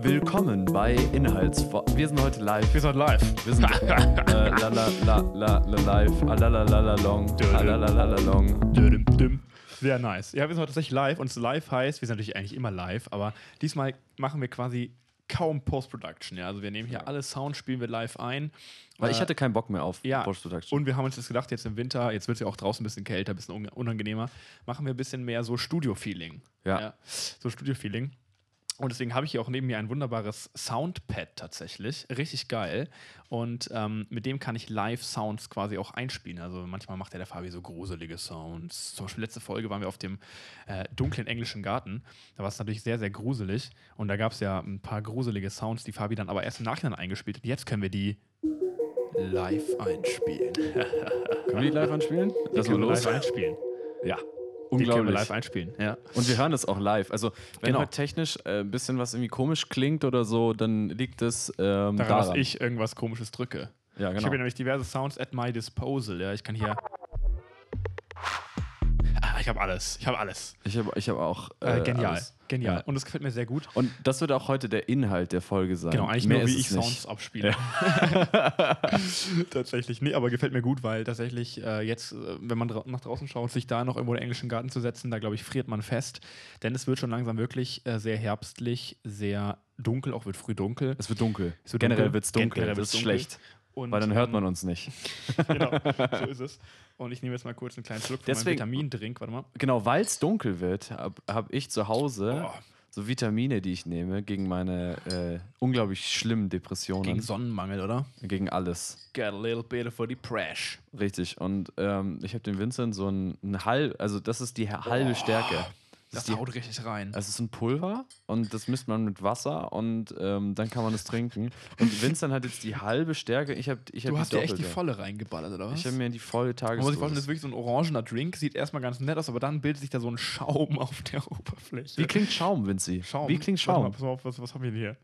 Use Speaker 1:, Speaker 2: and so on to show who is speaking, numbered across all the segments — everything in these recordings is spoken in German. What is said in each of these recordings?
Speaker 1: Willkommen bei Inhaltswort. Wir sind heute live.
Speaker 2: Wir sind live.
Speaker 1: Wir sind äh, la la la la la live. Ah, la la la la long. Ah, la la la la long.
Speaker 2: Düm, düm. Sehr nice. Ja, wir sind heute tatsächlich live und live heißt, wir sind natürlich eigentlich immer live, aber diesmal machen wir quasi kaum Post-Production. Ja? Also wir nehmen hier alle Sounds, spielen wir live ein.
Speaker 1: Weil
Speaker 2: Äh,
Speaker 1: ich hatte keinen Bock mehr auf
Speaker 2: ja,
Speaker 1: Post-Production.
Speaker 2: und wir haben uns jetzt gedacht, jetzt im Winter, jetzt wird es ja auch draußen ein bisschen kälter, ein bisschen un- unangenehmer, machen wir ein bisschen mehr so Studio-Feeling.
Speaker 1: Ja.
Speaker 2: So Studio-Feeling. Und deswegen habe ich hier auch neben mir ein wunderbares Soundpad tatsächlich. Richtig geil. Und ähm, mit dem kann ich Live-Sounds quasi auch einspielen. Also manchmal macht ja der Fabi so gruselige Sounds. Zum Beispiel letzte Folge waren wir auf dem äh, dunklen englischen Garten. Da war es natürlich sehr, sehr gruselig. Und da gab es ja ein paar gruselige Sounds, die Fabi dann aber erst im Nachhinein eingespielt hat. Jetzt können wir die live einspielen.
Speaker 1: Können wir die live anspielen? Lass mal
Speaker 2: Können wir
Speaker 1: los.
Speaker 2: live einspielen. Ja. Die können wir
Speaker 1: Unglaublich.
Speaker 2: live einspielen. Ja.
Speaker 1: Und wir hören das auch live. Also, wenn
Speaker 2: Genau.
Speaker 1: heute technisch äh, ein bisschen was irgendwie komisch klingt oder so, dann liegt es ähm, daran.
Speaker 2: Daran, dass ich irgendwas komisches drücke.
Speaker 1: ja,
Speaker 2: Ich habe hier
Speaker 1: genau.
Speaker 2: nämlich diverse Sounds at my disposal. Ja, ich kann hier. Ah, ich habe alles. Ich habe alles.
Speaker 1: Ich habe ich hab auch.
Speaker 2: Äh, genial.
Speaker 1: alles.
Speaker 2: Genial.
Speaker 1: Ja.
Speaker 2: Und das gefällt mir sehr gut.
Speaker 1: Und das wird auch heute der Inhalt der Folge sein.
Speaker 2: Genau, eigentlich
Speaker 1: Mehr
Speaker 2: nur,
Speaker 1: ist
Speaker 2: wie ich
Speaker 1: es nicht.
Speaker 2: Sounds abspiele. tatsächlich, nee, aber gefällt mir gut, weil tatsächlich äh, jetzt, äh, wenn man dra nach draußen schaut, sich da noch irgendwo in den englischen Garten zu setzen, da glaube ich, friert man fest. Denn es wird schon langsam wirklich äh, sehr herbstlich, sehr dunkel, auch wird früh dunkel.
Speaker 1: Es wird dunkel.
Speaker 2: Es wird
Speaker 1: generell
Speaker 2: dunkel.
Speaker 1: wird es dunkel.
Speaker 2: Generell
Speaker 1: Das
Speaker 2: wird's
Speaker 1: ist
Speaker 2: dunkel.
Speaker 1: schlecht,
Speaker 2: Und,
Speaker 1: weil dann hört man
Speaker 2: ähm,
Speaker 1: uns nicht.
Speaker 2: genau, so ist es. Und ich nehme jetzt mal kurz einen kleinen Schluck von meinem
Speaker 1: Deswegen-
Speaker 2: Vitamindrink. Warte mal.
Speaker 1: Genau, weil es dunkel wird, habe hab ich zu Hause
Speaker 2: Oh.
Speaker 1: so Vitamine, die ich nehme gegen meine äh, unglaublich schlimmen Depressionen.
Speaker 2: Gegen Sonnenmangel, oder?
Speaker 1: gegen alles.
Speaker 2: Get a little bit for the pressure.
Speaker 1: Richtig. Und ähm, ich habe dem Vincent so ein, ein halb, also das ist die halbe Stärke.
Speaker 2: Das,
Speaker 1: ist die,
Speaker 2: haut richtig rein.
Speaker 1: Also es ist ein Pulver und das misst man mit Wasser und ähm, dann kann man es trinken. Und Vincent hat jetzt die halbe Stärke. Ich habe ich hab
Speaker 2: du hast dir echt die
Speaker 1: doppelte.
Speaker 2: volle reingeballert, oder was?
Speaker 1: Ich habe mir die volle
Speaker 2: man muss sich vorstellen, das
Speaker 1: Tagesdosis.
Speaker 2: ist wirklich so ein orangener Drink, sieht erstmal ganz nett aus, aber dann bildet sich da so ein Schaum auf der Oberfläche.
Speaker 1: Wie klingt Schaum, Vinci?
Speaker 2: Schaum?
Speaker 1: Wie klingt
Speaker 2: Warte
Speaker 1: Schaum?
Speaker 2: Mal, pass mal auf, was, was haben wir denn hier?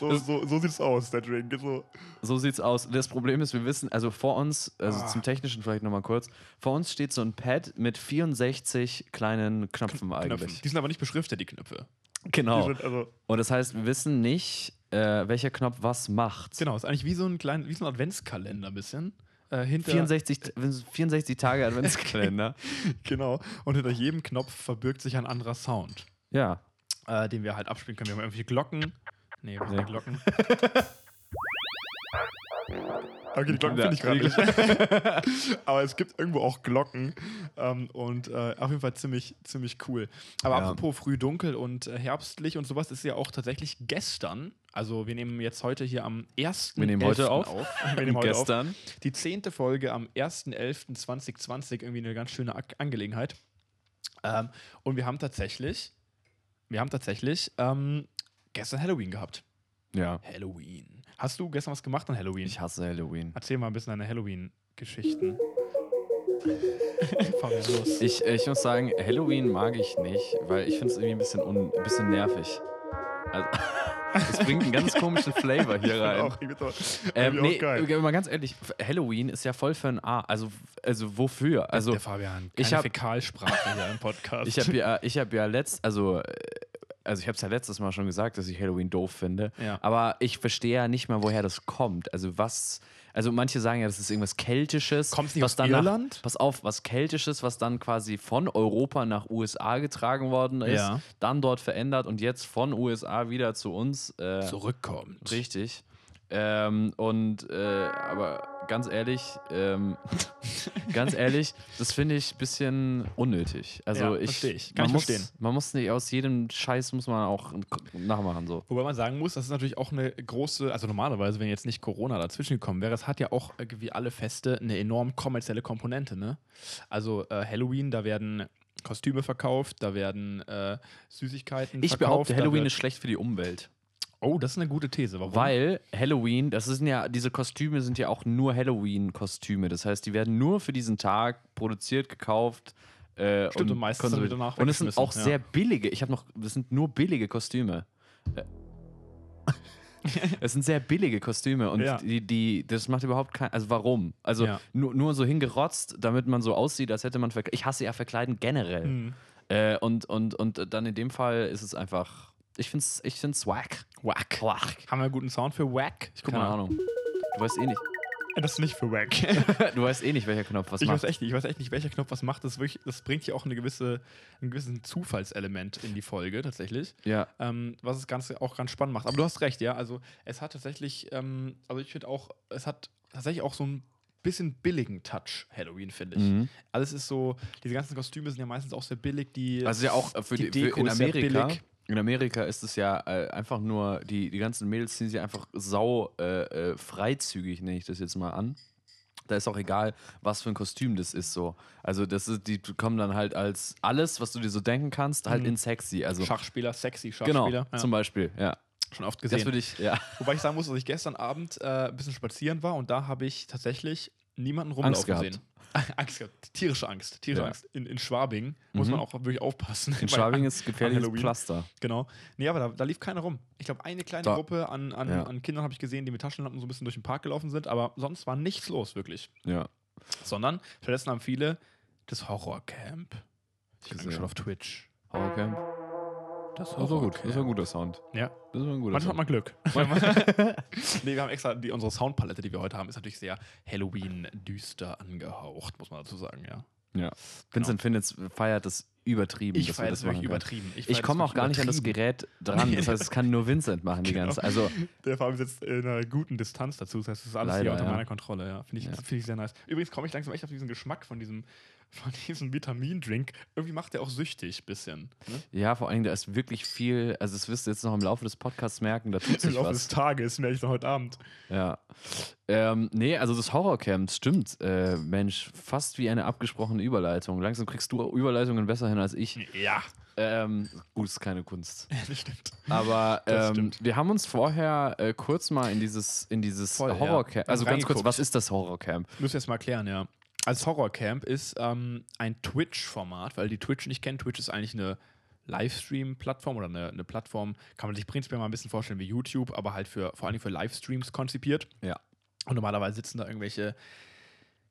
Speaker 2: so, so, so sieht es aus, der Drink. So.
Speaker 1: So sieht's aus. Das Problem ist, wir wissen, also vor uns, also
Speaker 2: Ah.
Speaker 1: zum Technischen vielleicht nochmal kurz, vor uns steht so ein Pad mit 64 kleinen Knöpfen eigentlich.
Speaker 2: Knöpfen. Die sind aber nicht beschriftet, die Knöpfe. Die
Speaker 1: Genau.
Speaker 2: sind also,
Speaker 1: Und das heißt, wir wissen nicht, äh, welcher Knopf was macht.
Speaker 2: genau, ist eigentlich wie so ein, klein, wie so ein Adventskalender ein bisschen. Äh, hinter,
Speaker 1: 64, T- 64 Tage Adventskalender.
Speaker 2: Genau. Und hinter jedem Knopf verbirgt sich ein anderer Sound,
Speaker 1: Ja.
Speaker 2: äh, den wir halt abspielen können. Wir haben irgendwelche Glocken. Nee, was
Speaker 1: Nee.
Speaker 2: sind die Glocken? Okay, die Glocken
Speaker 1: Ja,
Speaker 2: finde ich gerade
Speaker 1: die
Speaker 2: nicht. Aber es gibt irgendwo auch Glocken. Ähm, und äh, auf jeden Fall ziemlich, ziemlich cool. Aber
Speaker 1: Ja.
Speaker 2: apropos früh dunkel und äh, herbstlich und sowas ist ja auch tatsächlich gestern. Also wir nehmen jetzt heute hier am 1.
Speaker 1: Wir nehmen heute auf.
Speaker 2: Wir nehmen heute auf.
Speaker 1: Gestern.
Speaker 2: Die zehnte Folge am 1.11.2020, irgendwie eine ganz schöne Ak- Angelegenheit. Ähm, und wir haben tatsächlich, wir haben tatsächlich ähm, gestern Halloween gehabt.
Speaker 1: Ja.
Speaker 2: Halloween. Hast du gestern was gemacht an Halloween?
Speaker 1: Ich hasse Halloween.
Speaker 2: Erzähl mal ein bisschen deine Halloween-Geschichten. Fabian, los.
Speaker 1: Ich, äh, ich muss sagen, Halloween mag ich nicht, weil ich finde es irgendwie ein bisschen, un, ein bisschen nervig. Also, es bringt einen ganz komischen Flavor hier rein.
Speaker 2: ich bin auch,
Speaker 1: Ähm, nee,
Speaker 2: auch geil.
Speaker 1: okay, mal ganz ehrlich, f- Halloween ist ja voll für ein A. Also, also wofür? Also
Speaker 2: Der Fabian,
Speaker 1: ich
Speaker 2: keine
Speaker 1: hab-
Speaker 2: Fäkalsprache hier im Podcast.
Speaker 1: ich habe ja, ich habe ja letzt, also äh, also ich habe es ja letztes Mal schon gesagt, dass ich Halloween doof finde.
Speaker 2: Ja.
Speaker 1: Aber ich verstehe ja nicht mal, woher das kommt. Also was? Also manche sagen ja, das ist irgendwas Keltisches.
Speaker 2: Kommt's nicht
Speaker 1: was
Speaker 2: aus
Speaker 1: dann nach-
Speaker 2: Irland?
Speaker 1: Pass auf, was Keltisches, was dann quasi von Europa nach USA getragen worden ist,
Speaker 2: Ja.
Speaker 1: dann dort verändert und jetzt von USA wieder zu uns. Äh,
Speaker 2: zurückkommt.
Speaker 1: Richtig. Ähm, und äh, aber ganz ehrlich, ähm, ganz ehrlich, das finde ich ein bisschen unnötig. Also
Speaker 2: Ja,
Speaker 1: ich,
Speaker 2: versteh ich. Kann
Speaker 1: man
Speaker 2: ich
Speaker 1: muss,
Speaker 2: verstehen.
Speaker 1: Man muss nicht aus jedem Scheiß muss man auch nachmachen so.
Speaker 2: Wobei man sagen muss, das ist natürlich auch eine große, also normalerweise, wenn jetzt nicht Corona dazwischen gekommen wäre, es hat ja auch äh, wie alle Feste eine enorm kommerzielle Komponente, ne? Also äh, Halloween, da werden Kostüme verkauft, da werden äh, Süßigkeiten
Speaker 1: Ich
Speaker 2: verkauft.
Speaker 1: behaupte, Halloween
Speaker 2: da
Speaker 1: ist schlecht für die Umwelt,
Speaker 2: Oh, das ist eine gute These. Warum?
Speaker 1: weil Halloween, das sind ja diese Kostüme sind ja auch nur Halloween-Kostüme. Das heißt, die werden nur für diesen Tag produziert, gekauft. Äh,
Speaker 2: Stimmt, und meistens dann
Speaker 1: konsumiert.
Speaker 2: wieder nach-
Speaker 1: Und es sind
Speaker 2: weggeschmissen,
Speaker 1: auch
Speaker 2: ja.
Speaker 1: sehr billige. Ich habe noch, das sind nur billige Kostüme. Es sind sehr billige Kostüme und
Speaker 2: Ja.
Speaker 1: die, die, das macht überhaupt kein. Also warum? Also
Speaker 2: Ja.
Speaker 1: nur, nur so hingerotzt, damit man so aussieht, als hätte man verkleidet. Ich hasse ja Verkleiden generell.
Speaker 2: Hm.
Speaker 1: Äh, und, und, und dann in dem Fall ist es einfach. Ich find's, ich find's wack.
Speaker 2: Whack.
Speaker 1: Wack.
Speaker 2: Haben wir einen guten Sound für Whack? Ich guck
Speaker 1: Keine
Speaker 2: mal.
Speaker 1: Ahnung. Du weißt eh nicht.
Speaker 2: Das ist nicht für Whack.
Speaker 1: Du weißt eh nicht, welcher Knopf was
Speaker 2: ich,
Speaker 1: macht.
Speaker 2: weiß echt, nicht- ich weiß echt nicht, welcher Knopf was macht. Das, ist wirklich, das bringt hier auch eine gewisse, ein gewisses Zufallselement in die Folge tatsächlich.
Speaker 1: Ja.
Speaker 2: ähm, was das Ganze auch ganz spannend macht. Aber du hast recht, ja. Also es hat tatsächlich, ähm, also ich finde auch, es hat tatsächlich auch so ein bisschen billigen Touch Halloween, finde ich.
Speaker 1: Mhm.
Speaker 2: Alles ist so, diese ganzen Kostüme sind ja meistens auch sehr billig, die
Speaker 1: Also ja auch äh, für, die, für
Speaker 2: Deko
Speaker 1: in
Speaker 2: ist sehr
Speaker 1: Amerika.
Speaker 2: billig.
Speaker 1: In Amerika ist es ja äh, einfach nur, die, die ganzen Mädels ziehen sich einfach sau äh, äh, freizügig, nenne ich das jetzt mal an. Da ist auch egal, was für ein Kostüm das ist so. Also das ist, die kommen dann halt als alles, was du dir so denken kannst, halt
Speaker 2: Mhm.
Speaker 1: in sexy. Also
Speaker 2: Schachspieler, sexy Schachspieler.
Speaker 1: genau,
Speaker 2: ja.
Speaker 1: zum Beispiel. Ja,
Speaker 2: schon oft
Speaker 1: das
Speaker 2: gesehen.
Speaker 1: würde ich. Ja.
Speaker 2: Wobei ich sagen muss, dass ich gestern Abend äh, ein bisschen spazieren war und da habe ich tatsächlich niemanden
Speaker 1: Angst
Speaker 2: rumlaufen sehen. Angst gehabt, tierische Angst, tierische
Speaker 1: Ja.
Speaker 2: Angst. In, in Schwabing muss
Speaker 1: Mhm.
Speaker 2: man auch wirklich aufpassen.
Speaker 1: In Schwabing ist gefährliches
Speaker 2: Halloween.
Speaker 1: Pflaster.
Speaker 2: Genau. Nee, aber da, da lief keiner rum. Ich glaube, eine kleine
Speaker 1: Da-
Speaker 2: Gruppe an, an,
Speaker 1: Ja.
Speaker 2: an Kindern habe ich gesehen, die mit Taschenlampen so ein bisschen durch den Park gelaufen sind, aber sonst war nichts los, wirklich.
Speaker 1: Ja.
Speaker 2: Sondern stattdessen haben viele das Horrorcamp. Ich bin
Speaker 1: Gesehen.
Speaker 2: schon auf Twitch.
Speaker 1: Okay.
Speaker 2: Das
Speaker 1: Das war gut. Das war ein guter Sound.
Speaker 2: Ja.
Speaker 1: Das war ein guter
Speaker 2: Manchmal
Speaker 1: Sound.
Speaker 2: hat man Glück. nee, wir haben extra die, unsere Soundpalette, die wir heute haben, ist natürlich sehr Halloween-düster angehaucht, muss man dazu sagen,
Speaker 1: Hm,
Speaker 2: ja. Genau.
Speaker 1: Ja. Vincent Finnitz feiert das übertrieben.
Speaker 2: Ich
Speaker 1: dass wir
Speaker 2: feiere das
Speaker 1: machen
Speaker 2: wirklich
Speaker 1: können.
Speaker 2: übertrieben. feier
Speaker 1: Ich
Speaker 2: das
Speaker 1: komme auch
Speaker 2: wirklich
Speaker 1: gar nicht an das
Speaker 2: übertrieben.
Speaker 1: Gerät dran.
Speaker 2: Nee.
Speaker 1: Das heißt, es kann nur Vincent machen die
Speaker 2: Genau.
Speaker 1: ganze. Also
Speaker 2: Der Fabi sitzt in einer guten Distanz dazu. Das heißt, es ist alles
Speaker 1: Leider,
Speaker 2: hier unter
Speaker 1: ja.
Speaker 2: meiner Kontrolle. Ja. Finde ich,
Speaker 1: Ja.
Speaker 2: das Find ich sehr nice. Übrigens komme ich langsam echt auf diesen Geschmack von diesem, von diesem Vitamindrink. Irgendwie macht der auch süchtig ein bisschen. Ne?
Speaker 1: ja, vor allem da ist wirklich viel. Also das wirst du jetzt noch im Laufe des Podcasts merken. Da tut
Speaker 2: Im
Speaker 1: sich
Speaker 2: Laufe des
Speaker 1: was.
Speaker 2: Tages, merke ich noch heute Abend.
Speaker 1: Ja. Ähm, nee, also das Horrorcamp stimmt. Äh, Mensch, fast wie eine abgesprochene Überleitung. Langsam kriegst du Überleitungen besser hin als ich.
Speaker 2: Ja,
Speaker 1: Ähm, gut, ist keine Kunst.
Speaker 2: das stimmt.
Speaker 1: Aber
Speaker 2: Das
Speaker 1: ähm,
Speaker 2: stimmt.
Speaker 1: wir haben uns vorher äh, kurz mal in dieses, in dieses
Speaker 2: Voll, ja.
Speaker 1: Horrorcamp.
Speaker 2: Wir haben
Speaker 1: Also ganz kurz,
Speaker 2: reingeguckt.
Speaker 1: was ist das Horrorcamp?
Speaker 2: Müssen wir jetzt mal erklären, ja. Als Horrorcamp ist ähm, ein Twitch-Format, weil die Twitch nicht kennen. Twitch ist eigentlich eine Livestream-Plattform oder eine, eine Plattform, kann man sich prinzipiell mal ein bisschen vorstellen wie YouTube, aber halt für, vor allem für Livestreams konzipiert.
Speaker 1: Ja.
Speaker 2: Und normalerweise sitzen da irgendwelche,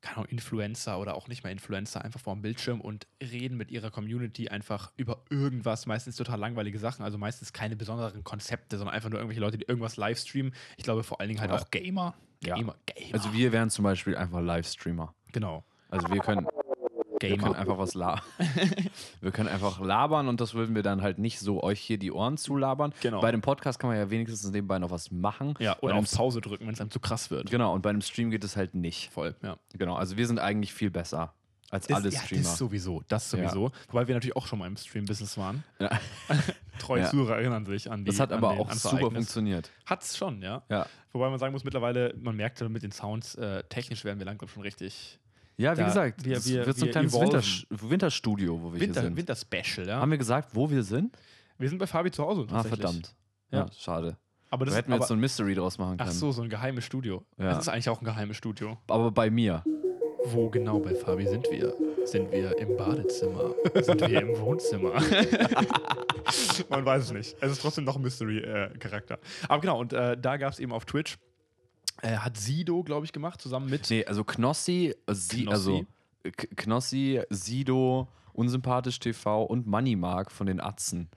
Speaker 2: keine Ahnung, Influencer oder auch nicht mal Influencer einfach vor dem Bildschirm und reden mit ihrer Community einfach über irgendwas, meistens total langweilige Sachen, also meistens keine besonderen Konzepte, sondern einfach nur irgendwelche Leute, die irgendwas livestreamen. Ich glaube vor allen Dingen halt
Speaker 1: Ja.
Speaker 2: auch Gamer.
Speaker 1: Ja.
Speaker 2: Gamer, Gamer.
Speaker 1: Also wir wären zum Beispiel einfach Livestreamer.
Speaker 2: genau.
Speaker 1: Also wir können, wir können einfach was labern. wir können einfach labern und das würden wir dann halt nicht so euch hier die Ohren zulabern.
Speaker 2: Genau.
Speaker 1: Bei dem Podcast kann man ja wenigstens nebenbei noch was machen.
Speaker 2: Ja,
Speaker 1: Bei
Speaker 2: oder
Speaker 1: einem
Speaker 2: auf Pause drücken, wenn es einem zu krass wird.
Speaker 1: Genau, und bei einem Stream geht es halt nicht.
Speaker 2: Voll, ja.
Speaker 1: Genau, also wir sind eigentlich viel besser als alle
Speaker 2: ja,
Speaker 1: Streamer.
Speaker 2: das sowieso, das sowieso. Wobei wir natürlich auch schon mal im Stream-Business waren.
Speaker 1: Ja.
Speaker 2: Treue
Speaker 1: Ja.
Speaker 2: Zuhörer erinnern sich an die
Speaker 1: das hat
Speaker 2: an
Speaker 1: aber
Speaker 2: den-
Speaker 1: auch
Speaker 2: ans
Speaker 1: super
Speaker 2: Ereignis.
Speaker 1: funktioniert.
Speaker 2: Hat's schon, ja.
Speaker 1: Ja,
Speaker 2: Wobei man sagen muss, mittlerweile, man merkt ja mit den Sounds, äh, technisch werden wir langsam schon richtig.
Speaker 1: ja wie
Speaker 2: Da-
Speaker 1: gesagt,
Speaker 2: wir-
Speaker 1: das
Speaker 2: wir-
Speaker 1: wird so ein
Speaker 2: wir
Speaker 1: kleines
Speaker 2: evolven.
Speaker 1: Winters Winterstudio, wo wir hier
Speaker 2: Winter,
Speaker 1: sind.
Speaker 2: Winter-Special, ja.
Speaker 1: Haben wir gesagt, wo wir sind?
Speaker 2: Wir sind bei Fabi zu Hause.
Speaker 1: Ah,
Speaker 2: tatsächlich.
Speaker 1: verdammt. Ja,
Speaker 2: Ja.
Speaker 1: schade.
Speaker 2: Aber das
Speaker 1: Da
Speaker 2: ist
Speaker 1: hätten wir
Speaker 2: aber,
Speaker 1: jetzt so ein Mystery draus machen können.
Speaker 2: Ach so, so ein geheimes Studio.
Speaker 1: Ja.
Speaker 2: Das ist eigentlich auch ein geheimes Studio.
Speaker 1: Aber bei mir.
Speaker 2: Wo genau bei Fabi sind wir? Sind wir im Badezimmer? Sind wir im Wohnzimmer? Man weiß es nicht. Es ist trotzdem noch ein Mystery-Charakter. Aber genau, und äh, da gab es eben auf Twitch, äh, hat Sido, glaube ich, gemacht, zusammen mit.
Speaker 1: Nee, also Knossi, äh, Sie,
Speaker 2: Knossi.
Speaker 1: also äh, K- Knossi, Sido, Unsympathisch TV und Money Mark von den Atzen.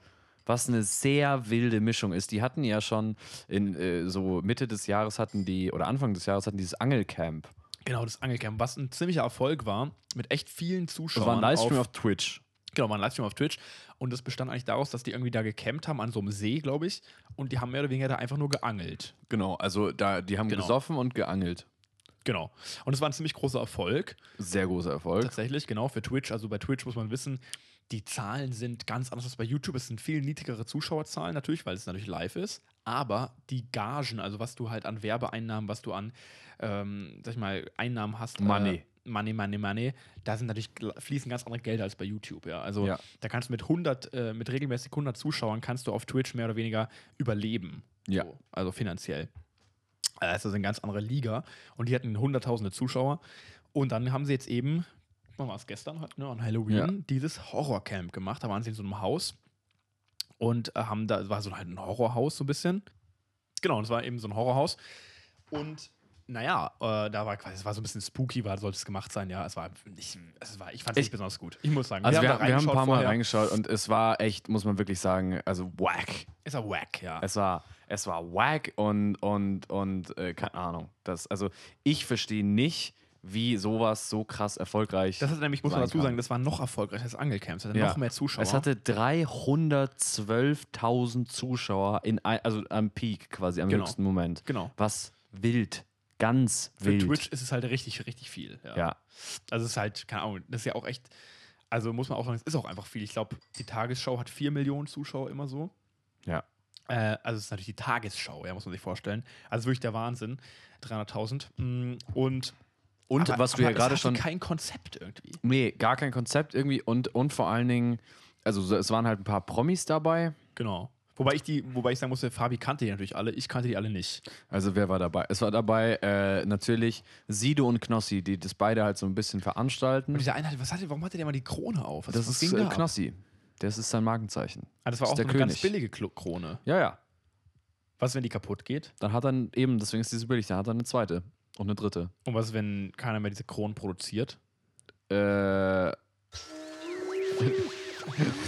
Speaker 1: Was eine sehr wilde Mischung ist. Die hatten ja schon in äh, so Mitte des Jahres hatten die, oder Anfang des Jahres hatten dieses Angelcamp.
Speaker 2: Genau, das Angelcamp, was ein ziemlicher Erfolg war, mit echt vielen
Speaker 1: Das
Speaker 2: Zuschauern.
Speaker 1: war ein Livestream
Speaker 2: auf-
Speaker 1: auf, Twitch.
Speaker 2: Genau, war ein Livestream auf Twitch. Und das bestand eigentlich daraus, dass die irgendwie da gecampt haben, an so einem See, glaube ich. Und die haben mehr oder weniger da einfach nur geangelt.
Speaker 1: Genau, also da, die haben
Speaker 2: Genau.
Speaker 1: gesoffen und geangelt.
Speaker 2: Genau. Und es war ein ziemlich großer Erfolg.
Speaker 1: Sehr großer Erfolg.
Speaker 2: Tatsächlich, genau, für Twitch. Also bei Twitch muss man wissen, die Zahlen sind ganz anders als bei YouTube. Es sind viel niedrigere Zuschauerzahlen natürlich, weil es natürlich live ist. Aber die Gagen, also was du halt an Werbeeinnahmen, was du an, ähm, sag ich mal, Einnahmen hast.
Speaker 1: Money.
Speaker 2: Äh, Money, Money, Money. Da sind natürlich gl- fließen ganz andere Gelder als bei YouTube. Ja, also
Speaker 1: Ja.
Speaker 2: da kannst du mit 100, äh, mit regelmäßig 100 Zuschauern kannst du auf Twitch mehr oder weniger überleben.
Speaker 1: Ja.
Speaker 2: So, also finanziell. Also Das ist eine ganz andere Liga. Und die hatten hunderttausende Zuschauer. Und dann haben sie jetzt eben, wann war es gestern, ne, an Halloween,
Speaker 1: Ja.
Speaker 2: dieses Horrorcamp gemacht. Da waren sie in so einem Haus und äh, haben da, es war so halt ein Horrorhaus so ein bisschen. Genau, und es war eben so ein Horrorhaus. Und naja, äh, da war quasi, es war so ein bisschen spooky, war, sollte es gemacht sein, ja. Es war nicht, es war, ich fand es nicht besonders gut. Ich muss sagen,
Speaker 1: Also wir,
Speaker 2: da
Speaker 1: wir haben ein
Speaker 2: reingeschaut
Speaker 1: paar Mal
Speaker 2: vorher.
Speaker 1: reingeschaut und es war echt, muss man wirklich sagen, also whack.
Speaker 2: Ist ja wack, ja.
Speaker 1: Es war, es war whack und, und, und äh, keine Ahnung. Das, also ich verstehe nicht, wie sowas so krass erfolgreich
Speaker 2: Das hat nämlich, muss man
Speaker 1: sein
Speaker 2: dazu
Speaker 1: kann.
Speaker 2: sagen, das war noch erfolgreicher als Angelcamps. Es hatte
Speaker 1: Ja.
Speaker 2: noch mehr Zuschauer.
Speaker 1: Es hatte 312.000 Zuschauer in ein, also am Peak quasi, am
Speaker 2: Genau.
Speaker 1: höchsten Moment.
Speaker 2: genau.
Speaker 1: Was wild, ganz
Speaker 2: Für
Speaker 1: wild.
Speaker 2: Twitch ist es halt richtig, richtig viel. Ja.
Speaker 1: Ja,
Speaker 2: Also es ist halt, keine Ahnung, das ist ja auch echt, also muss man auch sagen, es ist auch einfach viel. Ich glaube, die Tagesschau hat 4 Millionen Zuschauer immer so.
Speaker 1: ja.
Speaker 2: Äh, also es ist natürlich die Tagesschau, ja, muss man sich vorstellen. Also wirklich der Wahnsinn. 300.000. Mm, Und,
Speaker 1: Und
Speaker 2: aber-
Speaker 1: was du ja
Speaker 2: aber
Speaker 1: gerade
Speaker 2: es
Speaker 1: schon
Speaker 2: hatte kein Konzept irgendwie.
Speaker 1: Nee, gar kein Konzept irgendwie und, und vor allen Dingen, also so- es waren halt ein paar Promis dabei.
Speaker 2: Genau. Wobei ich die, wobei ich sagen musste, Fabi kannte die natürlich alle, ich kannte die alle nicht.
Speaker 1: Also wer war dabei? Es war dabei äh, natürlich Sido und Knossi, die das beide halt so ein bisschen veranstalten.
Speaker 2: Und dieser eine, hatte- was hatte, warum hatte der mal die Krone auf? Was,
Speaker 1: das
Speaker 2: was
Speaker 1: ist
Speaker 2: da
Speaker 1: äh,
Speaker 2: ab?
Speaker 1: Knossi. Das ist sein Markenzeichen.
Speaker 2: Ah, das war
Speaker 1: ist
Speaker 2: auch so
Speaker 1: der
Speaker 2: eine ganz
Speaker 1: König.
Speaker 2: billige Klo- Krone.
Speaker 1: Ja, ja.
Speaker 2: Was, wenn die kaputt geht?
Speaker 1: Dann hat er n- eben, deswegen ist diese billig, dann hat er eine zweite und eine dritte.
Speaker 2: Und was, wenn keiner mehr diese Kronen produziert?
Speaker 1: Äh.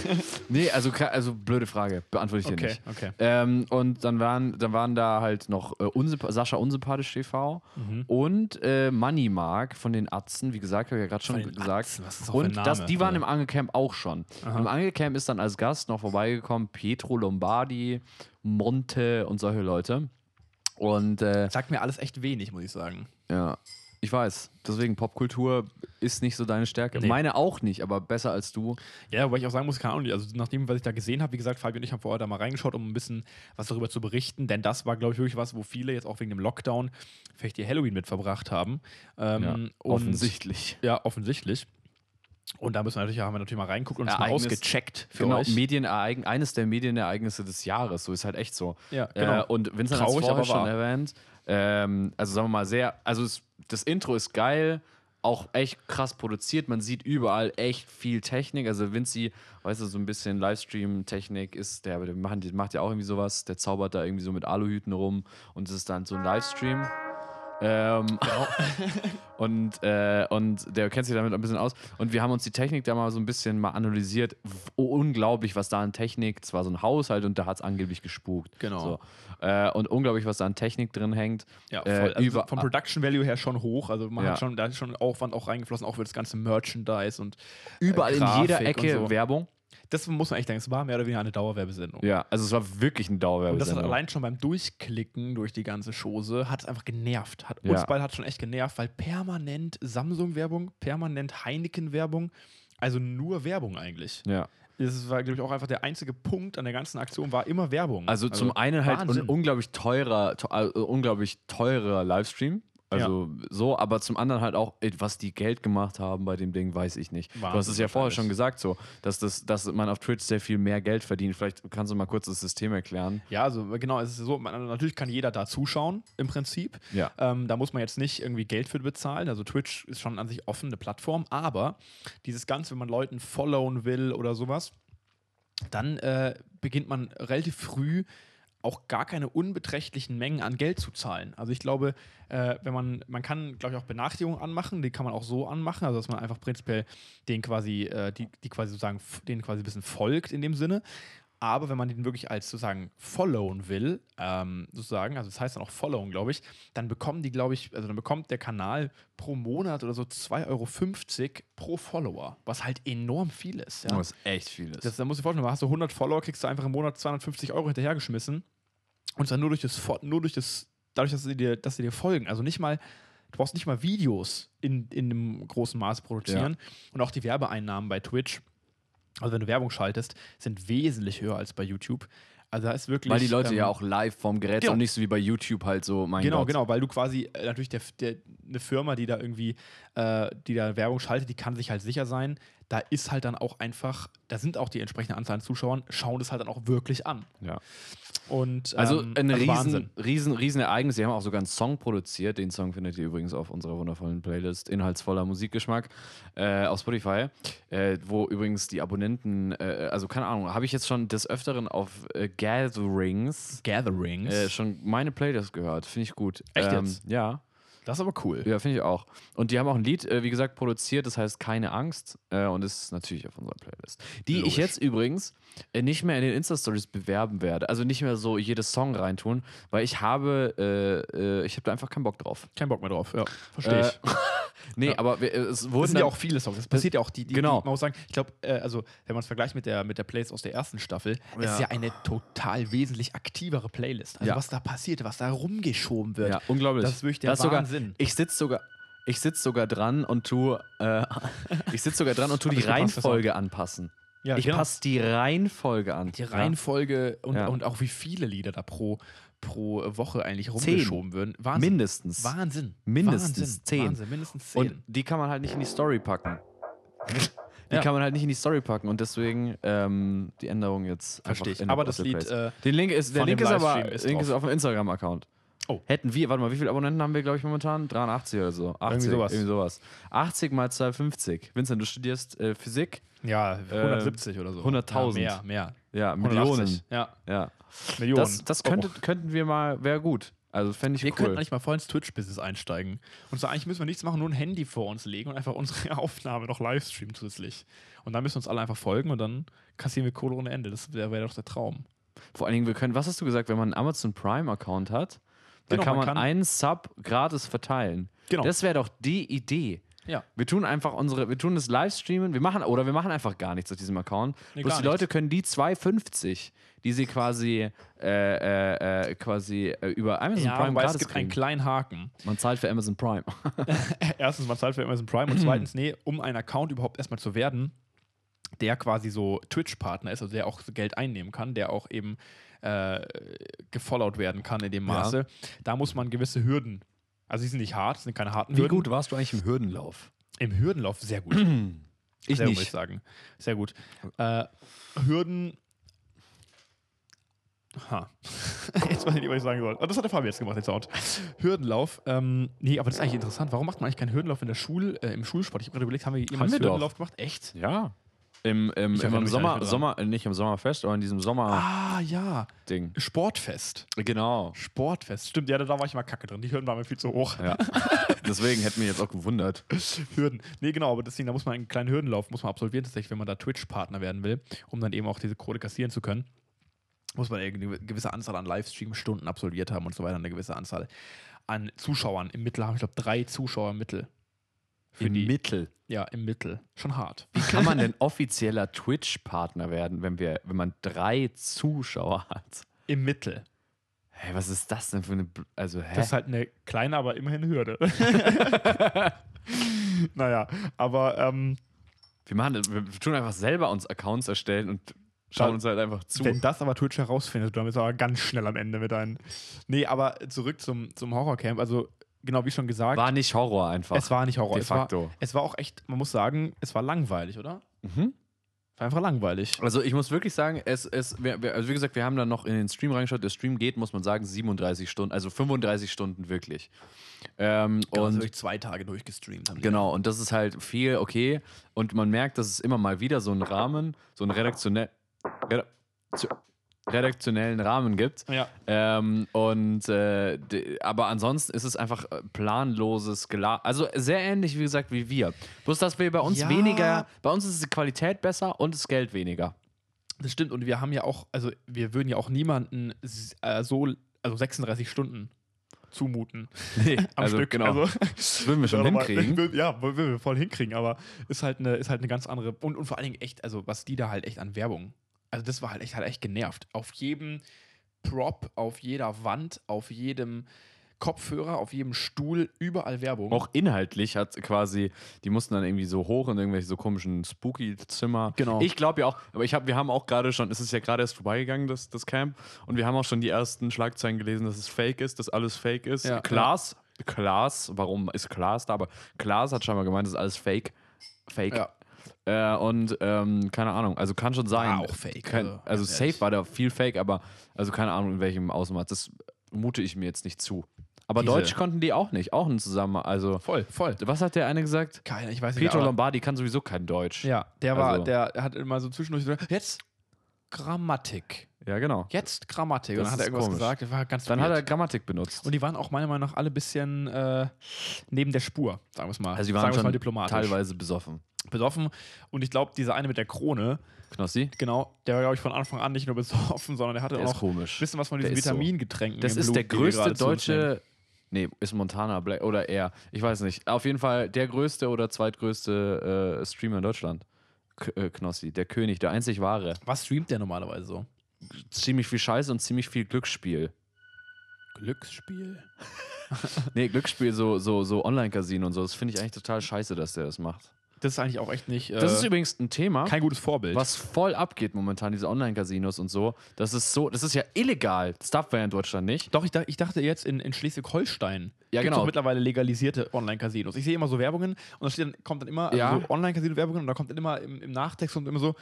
Speaker 1: nee, also, ke- also blöde Frage. Beantworte ich dir
Speaker 2: Okay,
Speaker 1: nicht.
Speaker 2: okay.
Speaker 1: Ähm, und dann waren, dann waren da halt noch äh, unsympa Sascha Unsympathisch TV
Speaker 2: Mhm.
Speaker 1: und äh, Money Mark von den Atzen, wie gesagt, habe ich ja gerade schon
Speaker 2: Von den
Speaker 1: gesagt.
Speaker 2: Atzen, was ist das auch für
Speaker 1: und
Speaker 2: ein
Speaker 1: das,
Speaker 2: Name,
Speaker 1: die waren
Speaker 2: Alter.
Speaker 1: im Angelcamp auch schon.
Speaker 2: Aha.
Speaker 1: Im Angelcamp ist dann als Gast noch vorbeigekommen Pietro Lombardi, Monte und solche Leute. Und äh,
Speaker 2: Sagt mir alles echt wenig, muss ich sagen.
Speaker 1: ja, ich weiß, deswegen Popkultur ist nicht so deine Stärke.
Speaker 2: Nee.
Speaker 1: Meine auch nicht, aber besser als du.
Speaker 2: Ja, wobei ich auch sagen muss, keine Ahnung, also nach dem, was ich da gesehen habe, wie gesagt, Fabi und ich haben vorher da mal reingeschaut, um ein bisschen was darüber zu berichten, denn das war, glaube ich, wirklich was, wo viele jetzt auch wegen dem Lockdown vielleicht ihr Halloween mit verbracht haben. Ähm,
Speaker 1: Ja,
Speaker 2: und-
Speaker 1: Mhm. offensichtlich.
Speaker 2: Ja, offensichtlich. Und da müssen wir natürlich, haben wir natürlich mal reinguckt und es mal
Speaker 1: Ereignis-
Speaker 2: ausgecheckt für
Speaker 1: genau,
Speaker 2: euch.
Speaker 1: Medienereign eines der Medienereignisse des Jahres, so ist halt echt so.
Speaker 2: Ja, genau.
Speaker 1: Äh, und Vincent hat es
Speaker 2: Traurig,
Speaker 1: vorher
Speaker 2: aber
Speaker 1: schon
Speaker 2: wahr.
Speaker 1: erwähnt. Ähm, also sagen wir mal sehr, also es, das Intro ist geil, auch echt krass produziert, man sieht überall echt viel Technik, also Vinci, weißt du, so ein bisschen Livestream-Technik ist, der, der, macht, der macht ja auch irgendwie sowas, der zaubert da irgendwie so mit Aluhüten rum und es ist dann so ein Livestream. Ähm,
Speaker 2: Genau.
Speaker 1: und, äh, und der kennt sich damit ein bisschen aus. Und wir haben uns die Technik da mal so ein bisschen mal analysiert. W- oh, Unglaublich, was da an Technik, es war so ein Haushalt und da hat es angeblich gespukt.
Speaker 2: Genau.
Speaker 1: So. Äh, und unglaublich, was da an Technik drin hängt.
Speaker 2: Ja, voll.
Speaker 1: äh,
Speaker 2: also
Speaker 1: über,
Speaker 2: vom Production Value her schon hoch. Also man
Speaker 1: Ja.
Speaker 2: hat schon, da ist schon Aufwand auch reingeflossen, auch für das ganze Merchandise und äh,
Speaker 1: überall in jeder
Speaker 2: Grafik und
Speaker 1: Ecke
Speaker 2: so.
Speaker 1: Werbung.
Speaker 2: Das muss man echt sagen, es war mehr oder weniger eine Dauerwerbesendung.
Speaker 1: Ja, also es war wirklich ein
Speaker 2: Und das hat
Speaker 1: Dauerwerbesendung.
Speaker 2: allein schon beim Durchklicken durch die ganze Chose, hat es einfach genervt. Hat
Speaker 1: Ja.
Speaker 2: uns beide hat schon echt genervt, weil permanent Samsung-Werbung, permanent Heineken-Werbung, also nur Werbung eigentlich.
Speaker 1: Ja.
Speaker 2: Das war, glaube ich, auch einfach der einzige Punkt an der ganzen Aktion, war immer Werbung.
Speaker 1: Also, zum einen halt ein
Speaker 2: Wahnsinn.
Speaker 1: unglaublich teurer, to, äh, unglaublich teurer Livestream. Also so, aber zum anderen halt auch, ey, was die Geld gemacht haben bei dem Ding, weiß ich nicht. du hast es
Speaker 2: Wahnsinn
Speaker 1: ja vorher
Speaker 2: wahrscheinlich.
Speaker 1: schon gesagt, so, dass, das, dass man auf Twitch sehr viel mehr Geld verdient. Vielleicht kannst du mal kurz das System erklären.
Speaker 2: Ja, also genau, es ist so, man, natürlich kann jeder da zuschauen im Prinzip.
Speaker 1: Ja.
Speaker 2: Ähm, da muss man jetzt nicht irgendwie Geld für bezahlen. Also Twitch ist schon an sich offene Plattform, aber dieses Ganze, wenn man Leuten followen will oder sowas, dann äh, beginnt man relativ früh auch gar keine unbeträchtlichen Mengen an Geld zu zahlen. Also ich glaube, äh, wenn man, man kann, glaube ich, auch Benachrichtigungen anmachen, die kann man auch so anmachen, also dass man einfach prinzipiell den quasi, äh, die, die quasi sozusagen, f- denen quasi ein bisschen folgt in dem Sinne. Aber wenn man den wirklich als sozusagen followen will, ähm, sozusagen, also das heißt dann auch followen, glaube ich, dann bekommen die, glaube ich, also dann bekommt der Kanal pro Monat oder so 2,50 Euro pro Follower, was halt enorm viel ist. Ja.
Speaker 1: Das ist echt vieles.
Speaker 2: Das, da musst du dir vorstellen, hast du 100 Follower, kriegst du einfach im Monat 250 Euro hinterhergeschmissen. Und zwar nur durch das, Fo- nur durch das dadurch, dass sie, dir, dass sie dir folgen. Also nicht mal, du brauchst nicht mal Videos in, in einem großen Maß produzieren. Und auch die Werbeeinnahmen bei Twitch, also wenn du Werbung schaltest, sind wesentlich höher als bei YouTube. Also da ist wirklich.
Speaker 1: Weil die Leute
Speaker 2: ähm,
Speaker 1: ja auch live vorm Gerät sind
Speaker 2: genau.
Speaker 1: und nicht so wie bei YouTube halt so, mein
Speaker 2: Genau,
Speaker 1: Gott.
Speaker 2: genau, weil du quasi äh, natürlich der, der, eine Firma, die da irgendwie, äh, die da Werbung schaltet, die kann sich halt sicher sein, da ist halt dann auch einfach, da sind auch die entsprechende Anzahl an Zuschauern, schauen das halt dann auch wirklich an.
Speaker 1: Ja.
Speaker 2: Und,
Speaker 1: Also
Speaker 2: ähm,
Speaker 1: ein riesen,
Speaker 2: Wahnsinn.
Speaker 1: riesen, riesen Ereignis. Sie haben auch sogar einen Song produziert. Den Song findet ihr übrigens auf unserer wundervollen Playlist Inhaltsvoller Musikgeschmack äh, auf Spotify, äh, wo übrigens die Abonnenten, äh, also keine Ahnung, habe ich jetzt schon des Öfteren auf äh, Gatherings
Speaker 2: Gatherings.
Speaker 1: äh, schon meine Playlist gehört. Finde ich gut.
Speaker 2: Echt jetzt?
Speaker 1: Ja.
Speaker 2: Das ist aber cool.
Speaker 1: Ja, finde ich auch. Und die haben auch ein Lied, äh, wie gesagt, produziert, das heißt Keine Angst. Äh, und ist natürlich auf unserer Playlist. Die
Speaker 2: Logisch.
Speaker 1: ich jetzt übrigens äh, nicht mehr in den Insta-Stories bewerben werde. Also nicht mehr so jedes Song reintun, weil ich habe, äh, äh, ich habe da einfach keinen Bock drauf.
Speaker 2: Kein Bock mehr drauf. Ja,
Speaker 1: Äh,
Speaker 2: verstehe ich.
Speaker 1: Nee, aber wir, äh, es wurden
Speaker 2: Das sind ja
Speaker 1: dann-
Speaker 2: auch viele Songs. Das passiert ja auch die, die
Speaker 1: Genau.
Speaker 2: die, man muss sagen, ich glaube, äh, also wenn man es vergleicht mit der mit der Playlist aus der ersten Staffel, es
Speaker 1: Ja.
Speaker 2: ist ja eine total wesentlich aktivere Playlist. Also
Speaker 1: Ja.
Speaker 2: was da passiert, was da rumgeschoben wird.
Speaker 1: Ja, unglaublich.
Speaker 2: Das ist wirklich der Wahnsinn.
Speaker 1: Sogar, ich sitze sogar, ich sitz sogar dran und tu, äh, ich sitze sogar dran und tu
Speaker 2: Hab
Speaker 1: die
Speaker 2: ich gepasst, das
Speaker 1: Reihenfolge anpassen.
Speaker 2: Ja,
Speaker 1: ich
Speaker 2: genau.
Speaker 1: passe die Reihenfolge an.
Speaker 2: Die Reihenfolge und,
Speaker 1: Ja.
Speaker 2: und auch wie viele Lieder da pro, pro Woche eigentlich rumgeschoben würden.
Speaker 1: ja.
Speaker 2: Wahnsinn.
Speaker 1: mindestens.
Speaker 2: Wahnsinn.
Speaker 1: Mindestens
Speaker 2: Wahnsinn.
Speaker 1: zehn.
Speaker 2: Wahnsinn. Mindestens zehn.
Speaker 1: Und die kann man halt nicht in die Story packen. Die
Speaker 2: Ja.
Speaker 1: kann man halt nicht in die Story packen und deswegen ähm, die Änderung jetzt. einfach
Speaker 2: Verstehe ich.
Speaker 1: in-
Speaker 2: Aber
Speaker 1: auf
Speaker 2: das
Speaker 1: der
Speaker 2: Lied,
Speaker 1: Playlist.
Speaker 2: äh,
Speaker 1: den Link ist, der
Speaker 2: von
Speaker 1: Link
Speaker 2: dem
Speaker 1: ist aber
Speaker 2: Livestream ist
Speaker 1: Link ist
Speaker 2: drauf.
Speaker 1: auf dem Instagram-Account.
Speaker 2: Oh.
Speaker 1: Hätten wir, warte mal, wie viele Abonnenten haben wir, glaube ich, momentan? 83 oder so. 80, irgendwie
Speaker 2: sowas.
Speaker 1: sowas. 80 mal 250. Vincent, du studierst äh, Physik.
Speaker 2: ja, 170 oder so.
Speaker 1: 100.000.
Speaker 2: Ja, mehr, mehr.
Speaker 1: Ja, Millionen.
Speaker 2: 180. Ja,
Speaker 1: Ja.
Speaker 2: Millionen. Oh.
Speaker 1: Das, das könnte, könnten wir mal, wäre gut. Also fände ich
Speaker 2: Wir
Speaker 1: cool.
Speaker 2: könnten eigentlich mal voll ins Twitch-Business einsteigen. Und so eigentlich müssen wir nichts machen, nur ein Handy vor uns legen und einfach unsere Aufnahme noch livestreamen zusätzlich. Und dann müssen uns alle einfach folgen und dann kassieren wir Kohle ohne Ende. Das wäre wär doch der Traum.
Speaker 1: Vor allen Dingen, wir können, was hast du gesagt, wenn man einen Amazon Prime-Account hat, dann
Speaker 2: Genau,
Speaker 1: kann
Speaker 2: man
Speaker 1: man,
Speaker 2: kann-
Speaker 1: einen Sub gratis verteilen.
Speaker 2: Genau.
Speaker 1: Das wäre doch die Idee.
Speaker 2: Ja.
Speaker 1: Wir tun einfach unsere, wir tun das Livestreamen, wir machen, oder wir machen einfach gar nichts auf diesem Account.
Speaker 2: Nee,
Speaker 1: Bloß
Speaker 2: gar
Speaker 1: die Leute können die 2,50, die sie quasi, äh, äh, äh, quasi äh, über Amazon
Speaker 2: Ja,
Speaker 1: Prime
Speaker 2: wobei
Speaker 1: gratis
Speaker 2: es gibt einen
Speaker 1: kriegen.
Speaker 2: kleinen Haken.
Speaker 1: Man zahlt für Amazon Prime.
Speaker 2: Erstens, man zahlt für Amazon Prime und zweitens, nee, um einen Account überhaupt erstmal zu werden, der quasi so Twitch-Partner ist, also der auch Geld einnehmen kann, der auch eben äh, gefollowt werden kann in dem
Speaker 1: Ja.
Speaker 2: Maße, da muss man gewisse Hürden. Also die sind nicht hart, sind keine harten Hürden.
Speaker 1: warst du eigentlich im Hürdenlauf?
Speaker 2: Im Hürdenlauf sehr gut.
Speaker 1: Ich
Speaker 2: sehr, gut, Muss ich
Speaker 1: nicht.
Speaker 2: sagen. Sehr gut. Äh, Hürden. Ha. Jetzt weiß ich nicht, was ich sagen soll. Oh, das hat der Fabi jetzt gemacht, den Sound. Hürdenlauf. Ähm, nee, aber das ist eigentlich interessant. Warum macht man eigentlich keinen Hürdenlauf in der Schul, äh, im Schulsport? Ich habe gerade überlegt, haben wir jemals
Speaker 1: wir doch.
Speaker 2: Hürdenlauf gemacht? Echt?
Speaker 1: Ja. Im, im,
Speaker 2: erinnere
Speaker 1: im
Speaker 2: mich da nicht mehr
Speaker 1: Sommer,
Speaker 2: dran.
Speaker 1: Sommer, äh, nicht im Sommerfest, aber in diesem Sommerding.
Speaker 2: Ah, ja. Sportfest.
Speaker 1: Genau.
Speaker 2: Sportfest. Stimmt, ja, da war ich mal kacke drin. Die Hürden waren mir viel zu hoch.
Speaker 1: Ja. Deswegen hätte mich jetzt auch gewundert.
Speaker 2: Hürden. Nee, genau, aber deswegen, da muss man einen kleinen Hürdenlauf muss man absolvieren, tatsächlich, wenn man da Twitch-Partner werden will, um dann eben auch diese Kohle kassieren zu können. Muss man eine gewisse Anzahl an Livestream-Stunden absolviert haben und so weiter, eine gewisse Anzahl an Zuschauern. Im Mittel haben, ich glaube, drei Zuschauer im Mittel. Für die.
Speaker 1: Mittel.
Speaker 2: Ja, im Mittel. Schon hart.
Speaker 1: Wie kann man denn offizieller Twitch-Partner werden, wenn, wir, wenn man drei Zuschauer hat?
Speaker 2: Im Mittel.
Speaker 1: Hä, was ist das denn für eine. Bl also, hä?
Speaker 2: Das ist halt eine kleine, aber immerhin Hürde. naja, aber ähm,
Speaker 1: wir, machen, das- wir tun einfach selber uns Accounts erstellen und
Speaker 2: Da-
Speaker 1: schauen uns halt einfach zu.
Speaker 2: Wenn das aber Twitch herausfindet, dann bist du aber ganz schnell am Ende mit deinen. Nee, aber zurück zum, zum Horrorcamp. Also, genau wie schon gesagt,
Speaker 1: War nicht Horror einfach.
Speaker 2: es war nicht Horror.
Speaker 1: de
Speaker 2: Es war,
Speaker 1: facto.
Speaker 2: es war auch echt, man muss sagen, es war langweilig, oder? Mhm. War einfach langweilig.
Speaker 1: Also ich muss wirklich sagen, es, es, wir, wir, also wie gesagt, wir haben dann noch in den Stream reingeschaut. Der Stream geht, muss man sagen, 37 Stunden, also 35 Stunden wirklich. Ähm,
Speaker 2: also
Speaker 1: und
Speaker 2: wirklich zwei Tage durchgestreamt haben. die.
Speaker 1: Genau, und das ist halt viel, okay. Und man merkt, dass es immer mal wieder so einen Rahmen, so einen redaktionell, redaktion- redaktionellen Rahmen gibt.
Speaker 2: Ja.
Speaker 1: Ähm, und äh, de, aber ansonsten ist es einfach äh, planloses Gelaber. Also sehr ähnlich, wie gesagt, wie wir. Bloß, dass wir bei uns
Speaker 2: Ja.
Speaker 1: weniger, bei uns ist die Qualität besser und das Geld weniger.
Speaker 2: Das stimmt. Und wir haben ja auch, also wir würden ja auch niemanden s- äh, so, also 36 Stunden zumuten.
Speaker 1: Nee,
Speaker 2: am Stück.
Speaker 1: Genau.
Speaker 2: Also,
Speaker 1: das würden wir schon
Speaker 2: Ja, aber-
Speaker 1: hinkriegen.
Speaker 2: Ja, würden wir voll hinkriegen, aber ist halt eine, ist halt eine ganz andere. Und, und vor allen Dingen echt, also was die da halt echt an Werbung. Also das war halt echt, hat echt genervt. Auf jedem Prop, auf jeder Wand, auf jedem Kopfhörer, auf jedem Stuhl, überall Werbung.
Speaker 1: Auch inhaltlich hat quasi, die mussten dann irgendwie so hoch in irgendwelche so komischen Spooky-Zimmer.
Speaker 2: Genau.
Speaker 1: Ich glaube ja auch, aber ich hab, wir haben auch gerade schon, es ist ja gerade erst vorbeigegangen, das, das Camp, und wir haben auch schon die ersten Schlagzeilen gelesen, dass es fake ist, dass alles fake ist.
Speaker 2: Ja,
Speaker 1: Klaas, Klaas, warum ist Klaas da? Aber Klaas hat scheinbar gemeint, das ist alles fake. Fake.
Speaker 2: Ja.
Speaker 1: Äh, und ähm, keine Ahnung, also kann schon sein.
Speaker 2: War auch fake,
Speaker 1: Kein,
Speaker 2: also,
Speaker 1: also
Speaker 2: ganz
Speaker 1: safe
Speaker 2: ehrlich.
Speaker 1: war da viel fake, aber also keine Ahnung in welchem Ausmaß. Das mute ich mir jetzt nicht zu. Aber
Speaker 2: Diese-
Speaker 1: Deutsch konnten die auch nicht, auch ein Zusammenhang. Also
Speaker 2: voll, voll.
Speaker 1: was hat der eine gesagt?
Speaker 2: Keiner, ich weiß nicht.
Speaker 1: Pietro
Speaker 2: aber-
Speaker 1: Lombardi kann sowieso kein Deutsch.
Speaker 2: Ja, der war,
Speaker 1: Also-
Speaker 2: der hat immer so zwischendurch so, jetzt Grammatik.
Speaker 1: Ja, genau.
Speaker 2: Jetzt Grammatik.
Speaker 1: Das
Speaker 2: und dann hat
Speaker 1: ist
Speaker 2: er irgendwas
Speaker 1: komisch.
Speaker 2: gesagt. Das war ganz
Speaker 1: Dann hat
Speaker 2: weird.
Speaker 1: er Grammatik benutzt.
Speaker 2: und die waren auch meiner Meinung nach alle ein bisschen äh, neben der Spur, sagen wir es mal.
Speaker 1: also die
Speaker 2: sagen
Speaker 1: waren
Speaker 2: wir's mal
Speaker 1: schon
Speaker 2: diplomatisch.
Speaker 1: teilweise besoffen.
Speaker 2: besoffen. Und ich glaube, dieser eine mit der Krone,
Speaker 1: Knossi,
Speaker 2: genau, der war, glaube ich, von Anfang an nicht nur besoffen, sondern der hatte
Speaker 1: der
Speaker 2: auch
Speaker 1: ist
Speaker 2: noch
Speaker 1: komisch.
Speaker 2: ein bisschen was von
Speaker 1: Der
Speaker 2: diesen
Speaker 1: ist so.
Speaker 2: Vitamingetränken.
Speaker 1: Das
Speaker 2: im
Speaker 1: ist
Speaker 2: Blut,
Speaker 1: der
Speaker 2: die wir
Speaker 1: größte
Speaker 2: gerade zu uns nehmen.
Speaker 1: deutsche. Nee, ist Montana Black oder er. Ich weiß nicht. Auf jeden Fall der größte oder zweitgrößte äh, Streamer in Deutschland. K äh, Knossi, der König, der einzig wahre.
Speaker 2: Was streamt der normalerweise so?
Speaker 1: Ziemlich viel Scheiße und ziemlich viel Glücksspiel.
Speaker 2: Glücksspiel.
Speaker 1: Nee, Glücksspiel, so, so, so Online-Casino und so. Das finde ich eigentlich total scheiße, dass der das macht.
Speaker 2: Das ist eigentlich auch echt nicht. Äh,
Speaker 1: Das ist übrigens ein Thema,
Speaker 2: kein gutes Vorbild.
Speaker 1: was voll abgeht momentan, diese Online-Casinos und so. Das ist so, das ist ja illegal. Das darf man ja in Deutschland nicht.
Speaker 2: Doch, ich, dach- ich dachte jetzt in, in Schleswig-Holstein.
Speaker 1: Ja,
Speaker 2: gibt's
Speaker 1: genau.
Speaker 2: doch mittlerweile legalisierte Online-Casinos. Ich sehe immer so Werbungen und da steht dann, kommt dann immer also
Speaker 1: Ja.
Speaker 2: so Online-Casino-Werbungen und da kommt dann immer im, im Nachtext und immer so.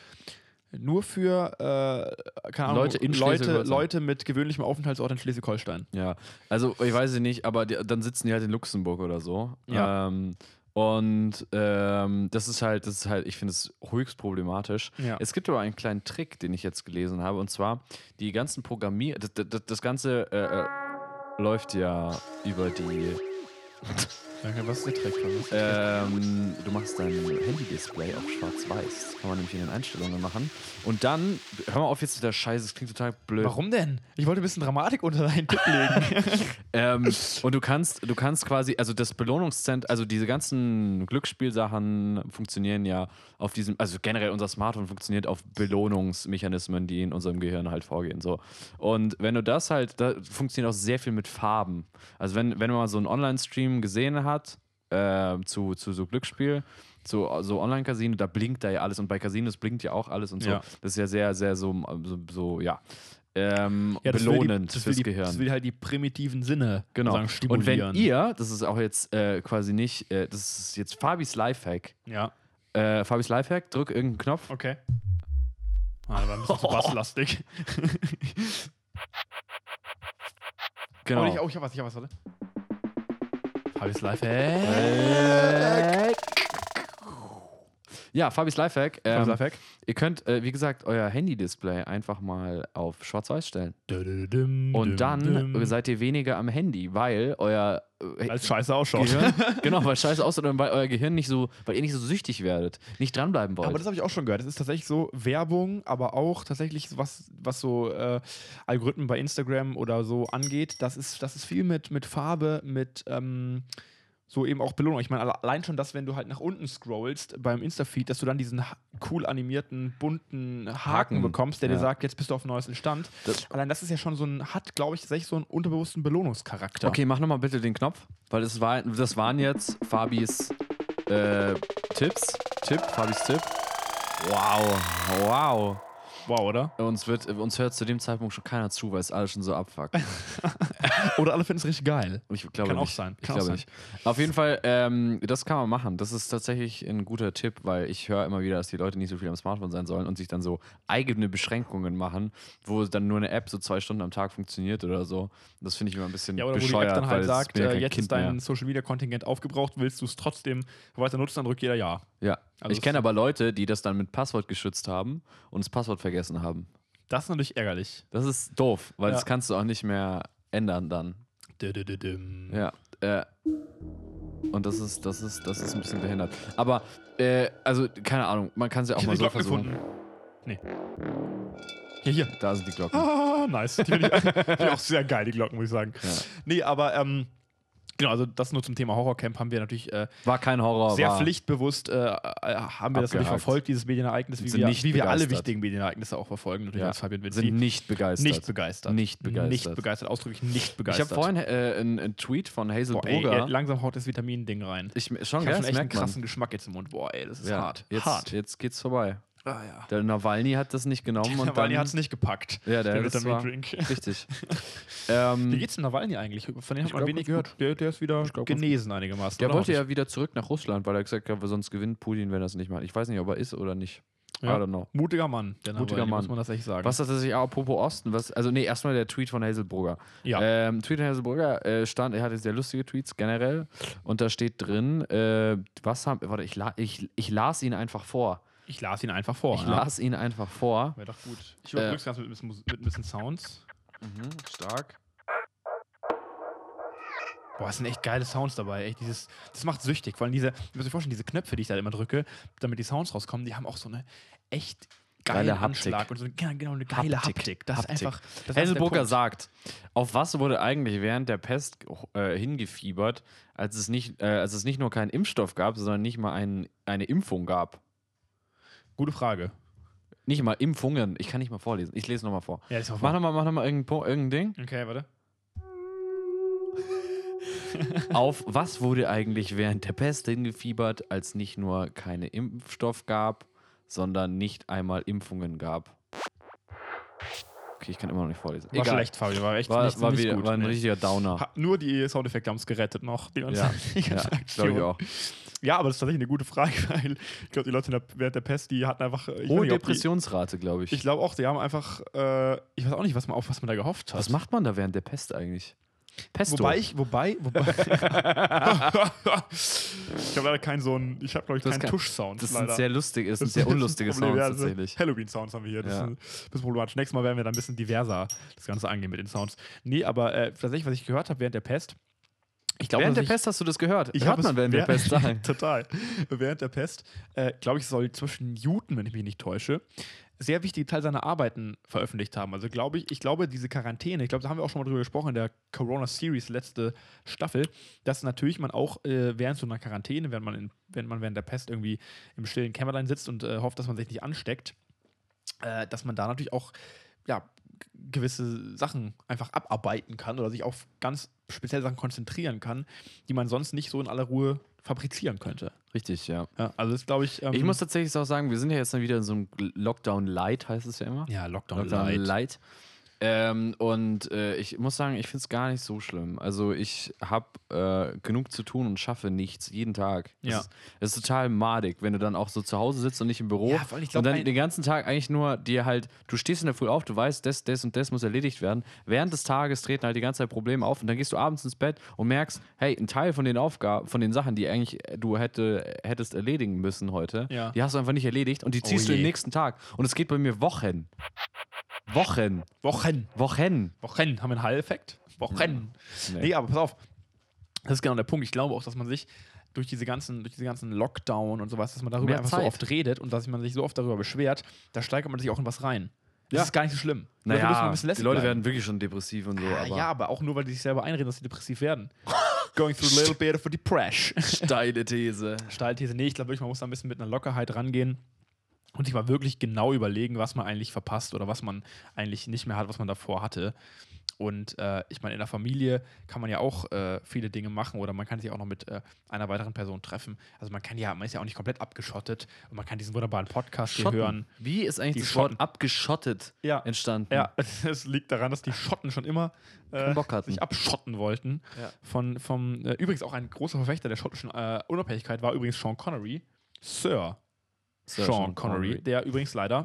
Speaker 2: Nur für äh, keine Ahnung,
Speaker 1: Leute in
Speaker 2: Leute,
Speaker 1: Schleswig-Holstein.
Speaker 2: Leute mit gewöhnlichem Aufenthaltsort in Schleswig-Holstein.
Speaker 1: Ja, also ich weiß es nicht, aber die, dann sitzen die halt in Luxemburg oder so.
Speaker 2: Ja.
Speaker 1: Ähm, und ähm, das ist halt, das ist halt, ich finde es höchst problematisch.
Speaker 2: Ja.
Speaker 1: Es gibt aber einen kleinen Trick, den ich jetzt gelesen habe, und zwar die ganzen Programmier, das, das, das Ganze äh, äh, läuft ja über die.
Speaker 2: Danke, was ist der Trick?
Speaker 1: Ähm, du machst dein Handy-Display auf schwarz-weiß. Das kann man nämlich in den Einstellungen machen. Und dann, hör mal auf jetzt mit der Scheiße, das klingt total blöd.
Speaker 2: Warum denn? Ich wollte ein bisschen Dramatik unter deinen Tipp legen.
Speaker 1: Ähm, und du kannst, du kannst quasi, also das Belohnungszentrum, also diese ganzen Glücksspielsachen funktionieren ja auf diesem, also generell unser Smartphone funktioniert auf Belohnungsmechanismen, die in unserem Gehirn halt vorgehen. So. Und wenn du das halt, da funktioniert auch sehr viel mit Farben. Also wenn, wenn man mal so einen Online-Stream gesehen hat, äh, zu, zu so Glücksspiel, zu so Online-Casino, da blinkt da ja alles und bei Casinos blinkt ja auch alles und so.
Speaker 2: Ja.
Speaker 1: Das ist ja sehr, sehr so, so, so ja. Ähm,
Speaker 2: das will die-
Speaker 1: belohnend
Speaker 2: das will
Speaker 1: fürs
Speaker 2: die,
Speaker 1: Gehirn.
Speaker 2: Das will halt die primitiven Sinne
Speaker 1: Genau.
Speaker 2: sagen,
Speaker 1: und
Speaker 2: stimulieren.
Speaker 1: wenn ihr, das ist auch jetzt äh, quasi nicht, äh, das ist jetzt Fabis Lifehack.
Speaker 2: Ja,
Speaker 1: Äh, Fabis Lifehack, drück irgendeinen Knopf.
Speaker 2: okay. Ah, da war ein bisschen zu basslastig.
Speaker 1: Genau.
Speaker 2: Oh, ich, oh, ich hab was, ich hab was, warte. Fabius
Speaker 1: Ähm,
Speaker 2: Lifehack.
Speaker 1: Lifehack. Ja, Fabis Lifehack. Ähm,
Speaker 2: Fabius Lifehack.
Speaker 1: Ihr könnt, äh, wie gesagt, euer Handy-Display einfach mal auf schwarz-weiß stellen. Und dann seid ihr weniger am Handy, weil euer äh,
Speaker 2: als scheiße ausschaut.
Speaker 1: Gehirn, genau, weil scheiße aussieht und weil euer Gehirn nicht so, weil ihr nicht so süchtig werdet, nicht dranbleiben wollt.
Speaker 2: Aber das habe ich auch schon gehört. Das ist tatsächlich so Werbung, aber auch tatsächlich so was, was so äh, Algorithmen bei Instagram oder so angeht. Das ist, das ist viel mit, mit Farbe, mit ähm, so eben auch Belohnung. Ich meine, alle- allein schon das, wenn du halt nach unten scrollst beim Insta-Feed, dass du dann diesen ha- cool animierten, bunten Haken,
Speaker 1: Haken,
Speaker 2: bekommst, der
Speaker 1: ja.
Speaker 2: dir sagt, jetzt bist du auf dem neuesten Stand.
Speaker 1: Das-
Speaker 2: allein das ist ja schon so ein, hat, glaube ich, tatsächlich so einen unterbewussten Belohnungscharakter.
Speaker 1: Okay, mach nochmal bitte den Knopf, weil das, war, das waren jetzt Fabis äh, Tipps. Tipp, Fabis Tipp. Wow, wow.
Speaker 2: Wow, oder?
Speaker 1: Uns, wird, uns hört zu dem Zeitpunkt schon keiner zu, weil es alles schon so abfuckt.
Speaker 2: Oder alle finden es richtig geil.
Speaker 1: Ich glaube
Speaker 2: Kann auch
Speaker 1: nicht.
Speaker 2: sein,
Speaker 1: Ich
Speaker 2: kann auch
Speaker 1: glaube
Speaker 2: sein.
Speaker 1: nicht. Auf jeden Fall, ähm, das kann man machen. Das ist tatsächlich ein guter Tipp, weil ich höre immer wieder, dass die Leute nicht so viel am Smartphone sein sollen und sich dann so eigene Beschränkungen machen, wo dann nur eine App so zwei Stunden am Tag funktioniert oder so. Das finde ich immer ein bisschen
Speaker 2: Ja, oder wo die
Speaker 1: bescheuert,
Speaker 2: App dann
Speaker 1: weil
Speaker 2: halt
Speaker 1: es
Speaker 2: sagt,
Speaker 1: bin ja
Speaker 2: äh,
Speaker 1: kein
Speaker 2: jetzt
Speaker 1: kind
Speaker 2: ist dein
Speaker 1: mehr.
Speaker 2: Social-Media-Kontingent aufgebraucht, willst du es trotzdem weiter nutzen, dann drückt jeder Ja.
Speaker 1: Ja.
Speaker 2: Also
Speaker 1: ich
Speaker 2: es-
Speaker 1: kenne aber Leute, die das dann mit Passwort geschützt haben und das Passwort vergessen haben.
Speaker 2: Das ist natürlich ärgerlich.
Speaker 1: Das ist doof, weil
Speaker 2: Ja.
Speaker 1: das kannst du auch nicht mehr ändern dann.
Speaker 2: Ja.
Speaker 1: Ja. Äh, und das ist, das ist, das ist ein bisschen behindert. Aber, äh, also, keine Ahnung, man kann es ja auch
Speaker 2: Ich hab
Speaker 1: mal
Speaker 2: die
Speaker 1: so
Speaker 2: Glocken
Speaker 1: versuchen.
Speaker 2: gefunden. Nee. Hier, hier.
Speaker 1: Da sind die Glocken.
Speaker 2: Ah, nice. Die finde ich, find ich auch sehr geil, die Glocken, muss ich sagen.
Speaker 1: Ja.
Speaker 2: Nee, aber ähm, genau, also das nur zum Thema Horrorcamp haben wir natürlich äh,
Speaker 1: War kein Horror.
Speaker 2: sehr
Speaker 1: Oh, war,
Speaker 2: pflichtbewusst, äh, äh, haben wir das natürlich
Speaker 1: Abgehakt.
Speaker 2: verfolgt, dieses Medienereignis, wie
Speaker 1: Sind
Speaker 2: wir,
Speaker 1: nicht
Speaker 2: wie wir alle
Speaker 1: begeistert.
Speaker 2: wichtigen Medienereignisse auch verfolgen, natürlich
Speaker 1: Ja.
Speaker 2: als Fabian Vinci.
Speaker 1: Sind nicht begeistert.
Speaker 2: nicht begeistert.
Speaker 1: Nicht begeistert.
Speaker 2: Nicht begeistert, ausdrücklich nicht
Speaker 1: ich
Speaker 2: begeistert.
Speaker 1: habe vorhin äh, einen, einen Tweet von Hazel
Speaker 2: Boah, ey,
Speaker 1: Brugger.
Speaker 2: ey, langsam haut das Vitamin-Ding rein.
Speaker 1: ich, schon,
Speaker 2: Ich
Speaker 1: gell?
Speaker 2: habe schon
Speaker 1: Das
Speaker 2: echt einen
Speaker 1: merkt man.
Speaker 2: krassen Geschmack jetzt im Mund. Boah, ey, das ist
Speaker 1: ja,
Speaker 2: hart.
Speaker 1: Jetzt,
Speaker 2: hart.
Speaker 1: jetzt geht's vorbei.
Speaker 2: Ah, ja.
Speaker 1: Der Nawalny hat das nicht genommen und
Speaker 2: Nawalny
Speaker 1: dann.
Speaker 2: hat es nicht gepackt.
Speaker 1: Ja, der, das war Hm.
Speaker 2: Vitamin-Drink.
Speaker 1: richtig. ähm,
Speaker 2: Wie geht's dem Nawalny eigentlich? Von dem hat
Speaker 1: Ich
Speaker 2: man
Speaker 1: glaub,
Speaker 2: wenig
Speaker 1: ganz gut.
Speaker 2: gehört. Der, der ist wieder
Speaker 1: Ich glaub, ganz
Speaker 2: genesen einigermaßen.
Speaker 1: Der
Speaker 2: oder?
Speaker 1: wollte
Speaker 2: Hoffe
Speaker 1: ja wieder zurück nach Russland, weil er gesagt hat, sonst gewinnt Putin, wenn er es nicht macht. Ich weiß nicht, ob er ist oder nicht.
Speaker 2: ich. ja.
Speaker 1: I don't know.
Speaker 2: Mutiger Mann. Der
Speaker 1: Mutiger
Speaker 2: Nawalny,
Speaker 1: Mann.
Speaker 2: Muss man das echt sagen.
Speaker 1: Was hat er sich, ah, apropos Osten, was, also nee, erstmal der Tweet von Hazelbrugger.
Speaker 2: Ja.
Speaker 1: Ähm, Tweet von Hazelbrugger äh, stand, er hatte sehr lustige Tweets generell und da steht drin, äh, was haben, warte, ich, la, ich, ich las ihn einfach vor.
Speaker 2: Ich las ihn einfach vor.
Speaker 1: Ich
Speaker 2: ja.
Speaker 1: las ihn einfach vor.
Speaker 2: Wäre doch gut. Ich
Speaker 1: Äh.
Speaker 2: überbrück's ganz mit, ein bisschen Mus- mit ein bisschen Sounds.
Speaker 1: Mhm, stark.
Speaker 2: Boah, es sind echt geile Sounds dabei. Echt dieses, das macht süchtig. Vor allem diese, ich muss mir vorstellen, diese Knöpfe, die ich da immer drücke, damit die Sounds rauskommen, die haben auch so eine echt geile,
Speaker 1: Geile Haptik.
Speaker 2: Anschlag und so eine, ja, genau eine geile Haptik.
Speaker 1: Haptik.
Speaker 2: Das
Speaker 1: Haptik.
Speaker 2: ist einfach. Das ist
Speaker 1: Hesselburger
Speaker 2: der Punkt.
Speaker 1: sagt, auf was wurde eigentlich während der Pest äh, hingefiebert, als es, nicht, äh, als es nicht nur keinen Impfstoff gab, sondern nicht mal einen, eine Impfung gab?
Speaker 2: Gute Frage.
Speaker 1: Nicht mal Impfungen. Ich kann nicht mal vorlesen. Ich lese nochmal vor.
Speaker 2: Ja, das ist auch
Speaker 1: Mach
Speaker 2: wahr.
Speaker 1: nochmal mach noch mal irgendein, Po- irgendein Ding.
Speaker 2: Okay, warte.
Speaker 1: Auf was wurde eigentlich während der Pest hingefiebert, als nicht nur keine Impfstoff gab, sondern nicht einmal Impfungen gab? Okay, ich kann immer noch nicht vorlesen.
Speaker 2: War schlecht, Fabio. War echt
Speaker 1: War,
Speaker 2: nicht,
Speaker 1: war,
Speaker 2: nicht
Speaker 1: wieder,
Speaker 2: gut.
Speaker 1: war ein
Speaker 2: nee.
Speaker 1: richtiger Downer.
Speaker 2: Ha- Nur die Soundeffekte haben es gerettet noch. Die ganze,
Speaker 1: Ja,
Speaker 2: die
Speaker 1: ja
Speaker 2: ganze Aktion.
Speaker 1: glaube ich auch.
Speaker 2: Ja, aber das ist tatsächlich eine gute Frage, weil ich glaube, die Leute in der, während der Pest, die hatten einfach. Ich
Speaker 1: Hohe
Speaker 2: weiß nicht, ob die-
Speaker 1: Depressionsrate, glaube ich.
Speaker 2: Ich glaube auch, die haben einfach. Äh, ich weiß auch nicht, was man, auf was man da gehofft hat.
Speaker 1: Was macht man da während der Pest eigentlich? Pesto.
Speaker 2: Wobei ich, wobei, wobei. ich habe leider keinen so einen, ich habe glaube ich
Speaker 1: Das
Speaker 2: keinen
Speaker 1: kann-
Speaker 2: Tusch-Sound.
Speaker 1: das sind
Speaker 2: leider.
Speaker 1: sehr lustige, das also sind
Speaker 2: Das
Speaker 1: sehr
Speaker 2: ist ein
Speaker 1: unlustige
Speaker 2: Problem,
Speaker 1: Sounds
Speaker 2: ja, das sind
Speaker 1: tatsächlich.
Speaker 2: Halloween-Sounds haben wir hier. Das
Speaker 1: Ja.
Speaker 2: ist ein bisschen problematisch. Nächstes Mal werden wir dann ein bisschen diverser das Ganze angehen mit den Sounds. Nee, aber äh, tatsächlich, was ich gehört habe während der Pest, ich glaube,
Speaker 1: während der
Speaker 2: dass ich-
Speaker 1: Pest hast du das gehört?
Speaker 2: ich
Speaker 1: Hört
Speaker 2: hab
Speaker 1: man
Speaker 2: es-
Speaker 1: während der
Speaker 2: wer-
Speaker 1: Pest sagen.
Speaker 2: Total. Während der Pest, äh, glaube ich, soll zwischen Newton, wenn ich mich nicht täusche, sehr wichtigen Teil seiner Arbeiten veröffentlicht haben. Also glaube ich, ich glaube, diese Quarantäne, ich glaube, da haben wir auch schon mal drüber gesprochen in der Corona Series letzte Staffel, dass natürlich man auch äh, während so einer Quarantäne, wenn man, in, wenn man während der Pest irgendwie im stillen Kämmerlein sitzt und äh, hofft, dass man sich nicht ansteckt, äh, dass man da natürlich auch ja, g- gewisse Sachen einfach abarbeiten kann oder sich auf ganz spezielle Sachen konzentrieren kann, die man sonst nicht so in aller Ruhe fabrizieren könnte.
Speaker 1: Richtig, ja.
Speaker 2: Ja, also das glaube ich. ähm,
Speaker 1: Ich muss tatsächlich auch sagen, wir sind ja jetzt dann wieder in so einem Lockdown Light, heißt es ja immer.
Speaker 2: ja Lockdown,
Speaker 1: Lockdown
Speaker 2: Light.
Speaker 1: Light. Ähm, und äh, ich muss sagen, ich finde es gar nicht so schlimm. Also ich habe äh, genug zu tun und schaffe nichts jeden Tag. Das
Speaker 2: Ja.
Speaker 1: ist, das ist total madig, wenn du dann auch so zu Hause sitzt und nicht im Büro
Speaker 2: Ja, vor allem, ich glaub,
Speaker 1: und dann
Speaker 2: ein-
Speaker 1: den ganzen Tag eigentlich nur dir halt, du stehst in der Früh auf, du weißt, das, das und das muss erledigt werden. Während des Tages treten halt die ganze Zeit Probleme auf und dann gehst du abends ins Bett und merkst, hey, ein Teil von den Aufgaben, von den Sachen, die eigentlich du hätte, hättest erledigen müssen heute,
Speaker 2: Ja.
Speaker 1: die hast du einfach nicht erledigt und die
Speaker 2: Oh
Speaker 1: ziehst du
Speaker 2: je.
Speaker 1: den nächsten Tag. Und es geht bei mir Wochen. Wochen.
Speaker 2: Wochen.
Speaker 1: Wochen.
Speaker 2: Wochen haben wir einen Hall-Effekt. Wochen.
Speaker 1: Nee.
Speaker 2: Nee. aber pass auf. Das ist genau der Punkt. Ich glaube auch, dass man sich durch diese ganzen, durch diese ganzen Lockdown und sowas, dass man darüber
Speaker 1: Mehr
Speaker 2: einfach so
Speaker 1: Zeit.
Speaker 2: oft redet und dass man sich so oft darüber beschwert, da steigert man sich auch in was rein. Das
Speaker 1: Ja.
Speaker 2: ist gar nicht so schlimm. Die Leute müssen ein
Speaker 1: Naja,
Speaker 2: bisschen
Speaker 1: die
Speaker 2: lässig
Speaker 1: Leute
Speaker 2: bleiben.
Speaker 1: werden wirklich schon depressiv und so.
Speaker 2: Ah,
Speaker 1: aber
Speaker 2: ja, aber auch nur, weil die sich selber einreden, dass sie depressiv werden. Going through a little bit of a depression.
Speaker 1: Steile These.
Speaker 2: Stahlthese, nee, ich glaube wirklich, man muss da ein bisschen mit einer Lockerheit rangehen und sich mal wirklich genau überlegen, was man eigentlich verpasst oder was man eigentlich nicht mehr hat, was man davor hatte. Und äh, ich meine, in der Familie kann man ja auch äh, viele Dinge machen oder man kann sich auch noch mit äh, einer weiteren Person treffen. Also man kann ja, man ist ja auch nicht komplett abgeschottet und man kann diesen wunderbaren Podcast hier hören.
Speaker 1: Wie ist eigentlich
Speaker 2: Die
Speaker 1: das
Speaker 2: Schotten.
Speaker 1: Wort abgeschottet
Speaker 2: Ja.
Speaker 1: entstanden?
Speaker 2: Ja, es liegt daran, dass die Schotten schon immer äh,
Speaker 1: Keinen Bock hatten.
Speaker 2: sich abschotten wollten.
Speaker 1: Ja.
Speaker 2: Von, vom, äh, übrigens auch ein großer Verfechter der schottischen äh, Unabhängigkeit war übrigens Sean Connery. Sir,
Speaker 1: Sir
Speaker 2: Sean, Connery, der übrigens leider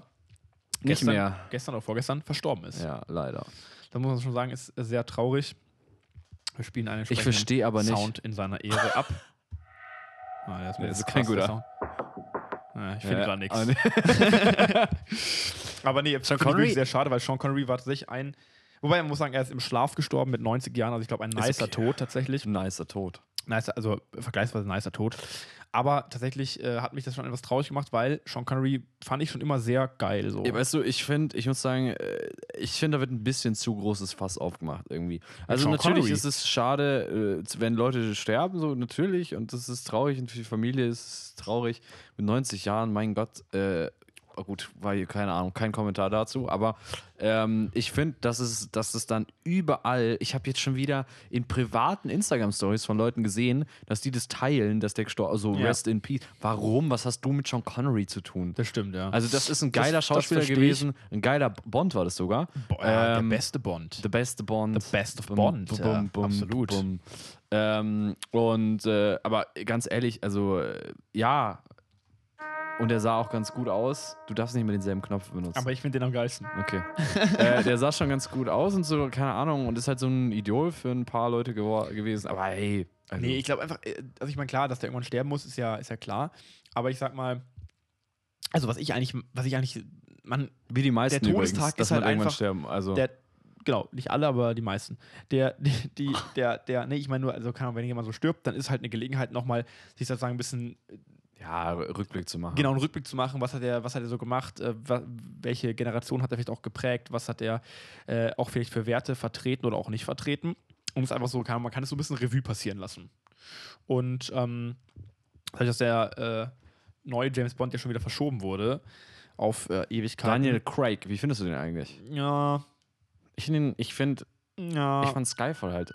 Speaker 1: Nicht
Speaker 2: gestern,
Speaker 1: mehr.
Speaker 2: gestern oder vorgestern verstorben ist.
Speaker 1: Ja, leider.
Speaker 2: Da muss man schon sagen, ist sehr traurig. Wir spielen einen
Speaker 1: Ich verstehe aber nicht.
Speaker 2: Sound in seiner Ehre ab. Ah, der ist mir
Speaker 1: Das
Speaker 2: jetzt
Speaker 1: ist kein
Speaker 2: krass, der
Speaker 1: guter.
Speaker 2: Sound. Ah, ich finde
Speaker 1: Ja,
Speaker 2: gerade nichts.
Speaker 1: aber-
Speaker 2: Aber nee, Sean
Speaker 1: Connery-
Speaker 2: Connery sehr schade, weil Sean Connery war tatsächlich ein. Wobei man muss sagen, er ist im Schlaf gestorben mit 90 Jahren, also ich glaube ein nicer
Speaker 1: okay.
Speaker 2: Tod tatsächlich.
Speaker 1: Nicer Tod.
Speaker 2: Nicer, also vergleichsweise nicer Tod. Aber tatsächlich äh, hat mich das schon etwas traurig gemacht, weil Sean Connery fand ich schon immer sehr geil. So.
Speaker 1: Ja, weißt du, ich finde, ich muss sagen, äh, ich finde, da wird ein bisschen zu großes Fass aufgemacht irgendwie. Also
Speaker 2: Sean
Speaker 1: natürlich
Speaker 2: Connery.
Speaker 1: ist es schade, äh, zu- wenn Leute sterben, so natürlich, und das ist traurig und für die Familie ist es traurig. Mit 90 Jahren, mein Gott, äh, oh gut, war hier keine Ahnung, kein Kommentar dazu, aber ähm, ich finde, dass es, dass es dann überall, ich habe jetzt schon wieder in privaten Instagram-Stories von Leuten gesehen, dass die das teilen, dass der gestorben, also
Speaker 2: Ja.
Speaker 1: Rest in Peace. Warum? Was hast du mit Sean Connery zu tun?
Speaker 2: Das stimmt, ja.
Speaker 1: Also das ist ein geiler
Speaker 2: das
Speaker 1: Schauspieler
Speaker 2: versteh ich.
Speaker 1: gewesen, ein geiler Bond war das sogar.
Speaker 2: Boah, ja,
Speaker 1: Ähm,
Speaker 2: äh, der beste Bond.
Speaker 1: The best Bond.
Speaker 2: The best of Bond, ja, absolut.
Speaker 1: bum. Ähm, und äh, aber ganz ehrlich, also äh, ja. Und er sah auch ganz gut aus. Du darfst nicht mehr denselben Knopf benutzen.
Speaker 2: Aber ich finde den am geilsten.
Speaker 1: okay. äh, der sah schon ganz gut aus und so, keine Ahnung, und ist halt so ein Idol für ein paar Leute gewor- gewesen. Aber hey. Also,
Speaker 2: Nee, ich glaube einfach, äh, also ich meine, klar, dass der irgendwann sterben muss, ist ja, ist ja klar. Aber ich sag mal, Also was ich eigentlich, was ich eigentlich, man,
Speaker 1: Wie die meisten
Speaker 2: Der
Speaker 1: übrigens,
Speaker 2: Todestag
Speaker 1: dass
Speaker 2: ist halt
Speaker 1: man irgendwann
Speaker 2: einfach
Speaker 1: sterben. Also
Speaker 2: der, genau, nicht alle, aber die meisten. Der, die, die der, der, nee, ich meine nur, also kann man, wenn jemand so stirbt, dann ist halt eine Gelegenheit nochmal, sich sozusagen ein bisschen
Speaker 1: ja, Rückblick zu machen.
Speaker 2: genau einen Rückblick zu machen, was hat er, was hat er so gemacht, äh, wa- welche Generation hat er vielleicht auch geprägt, was hat er äh, auch vielleicht für Werte vertreten oder auch nicht vertreten. Um es einfach so, kann, man kann es so ein bisschen Revue passieren lassen. Und ähm, dadurch, dass der äh, neue James Bond ja schon wieder verschoben wurde auf äh, Ewigkeit.
Speaker 1: Daniel Craig, wie findest du den eigentlich?
Speaker 2: Ja,
Speaker 1: Ich finde, ich, find,
Speaker 2: ja.
Speaker 1: ich fand Skyfall halt.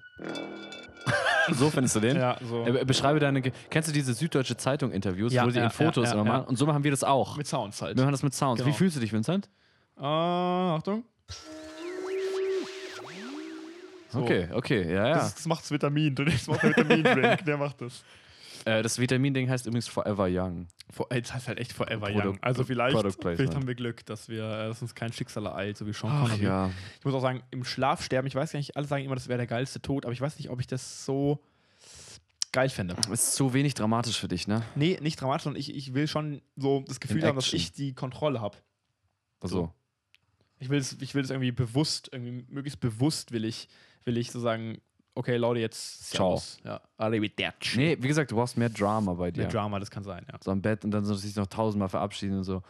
Speaker 1: so findest du den?
Speaker 2: ja, so.
Speaker 1: Äh, Beschreibe deine. Ge Kennst du diese Süddeutsche Zeitung-Interviews,
Speaker 2: Ja,
Speaker 1: wo die
Speaker 2: ja,
Speaker 1: in Fotos
Speaker 2: ja, ja,
Speaker 1: immer
Speaker 2: ja.
Speaker 1: machen? Und so machen wir das auch.
Speaker 2: Mit Sounds halt.
Speaker 1: wir machen das mit Sounds. Wie
Speaker 2: Genau.
Speaker 1: fühlst du dich, Vincent?
Speaker 2: Ah, Achtung. So.
Speaker 1: Okay, okay, ja, ja.
Speaker 2: Das, das macht's Vitamin. Das macht der Vitamin-Drink. der macht das.
Speaker 1: äh, das Vitamin-Ding heißt übrigens Forever Young.
Speaker 2: Vor, das heißt halt echt Forever
Speaker 1: Product-
Speaker 2: Young. Also vielleicht,
Speaker 1: Product
Speaker 2: vielleicht
Speaker 1: Placement.
Speaker 2: haben wir Glück, dass wir äh, dass uns kein Schicksal ereilt, so wie Sean Connery. Ich muss auch sagen, im Schlaf sterben, ich weiß gar nicht, alle sagen immer, das wäre der geilste Tod, aber ich weiß nicht, ob ich das so geil fände.
Speaker 1: Ist so wenig dramatisch für dich, ne?
Speaker 2: Nee, nicht dramatisch, sondern ich, ich will schon so das Gefühl
Speaker 1: In
Speaker 2: haben, dass
Speaker 1: Action.
Speaker 2: ich die Kontrolle habe.
Speaker 1: Also,
Speaker 2: Ich will es ich will es irgendwie bewusst, irgendwie möglichst bewusst will ich, will ich so sagen, okay, Leute, jetzt
Speaker 1: Ciao.
Speaker 2: Servus. Ja. Arrivederci.
Speaker 1: nee, wie gesagt, du brauchst mehr Drama bei dir.
Speaker 2: Mehr Drama, das kann sein, ja.
Speaker 1: so am Bett und dann so sich noch tausendmal verabschieden und so.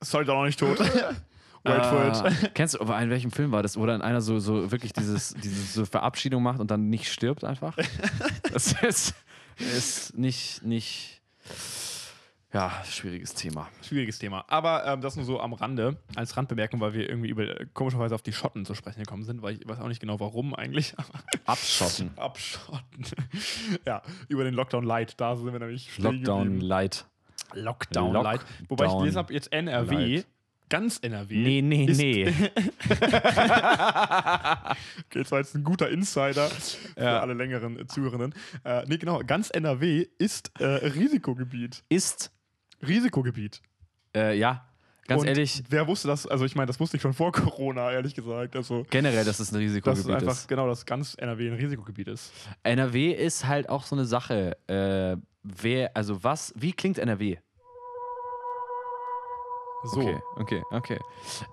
Speaker 2: Sorry, doch noch nicht tot. Wait for it.
Speaker 1: Ah, Kennst du, aber in welchem Film war das, wo dann einer so, so wirklich dieses, diese so Verabschiedung macht und dann nicht stirbt einfach? Das ist, ist nicht, nicht, ja, schwieriges Thema.
Speaker 2: Ah. Schwieriges Thema. Aber ähm, das nur so am Rande, als Randbemerkung, weil wir irgendwie über komischerweise auf die Schotten zu sprechen gekommen sind, weil ich weiß auch nicht genau warum eigentlich. aber
Speaker 1: Abschotten.
Speaker 2: Abschotten. ja, über den Lockdown Light, da sind wir nämlich stehen
Speaker 1: Lockdown
Speaker 2: geblieben.
Speaker 1: Light.
Speaker 2: Lockdown Light. Wobei ich
Speaker 1: Lockdown
Speaker 2: gelesen habe, jetzt NRW,
Speaker 1: Light.
Speaker 2: ganz NRW.
Speaker 1: Nee, nee,
Speaker 2: ist-
Speaker 1: nee.
Speaker 2: Okay, das war jetzt ein guter Insider für
Speaker 1: Ja.
Speaker 2: alle längeren äh, Zuhörenden. Äh, nee, genau, ganz NRW ist äh, Risikogebiet.
Speaker 1: Ist,
Speaker 2: Risikogebiet.
Speaker 1: äh, ja, ganz
Speaker 2: Und
Speaker 1: ehrlich,
Speaker 2: Wer wusste das? Also, ich meine, das wusste ich schon vor Corona, ehrlich gesagt. Also,
Speaker 1: generell, dass es ein
Speaker 2: dass es
Speaker 1: Risikogebiet
Speaker 2: einfach,
Speaker 1: ist.
Speaker 2: genau, dass ganz NRW ein Risikogebiet ist.
Speaker 1: NRW ist halt auch so eine Sache. Äh, wer, also was, wie klingt NRW?
Speaker 2: So.
Speaker 1: Okay, okay, okay.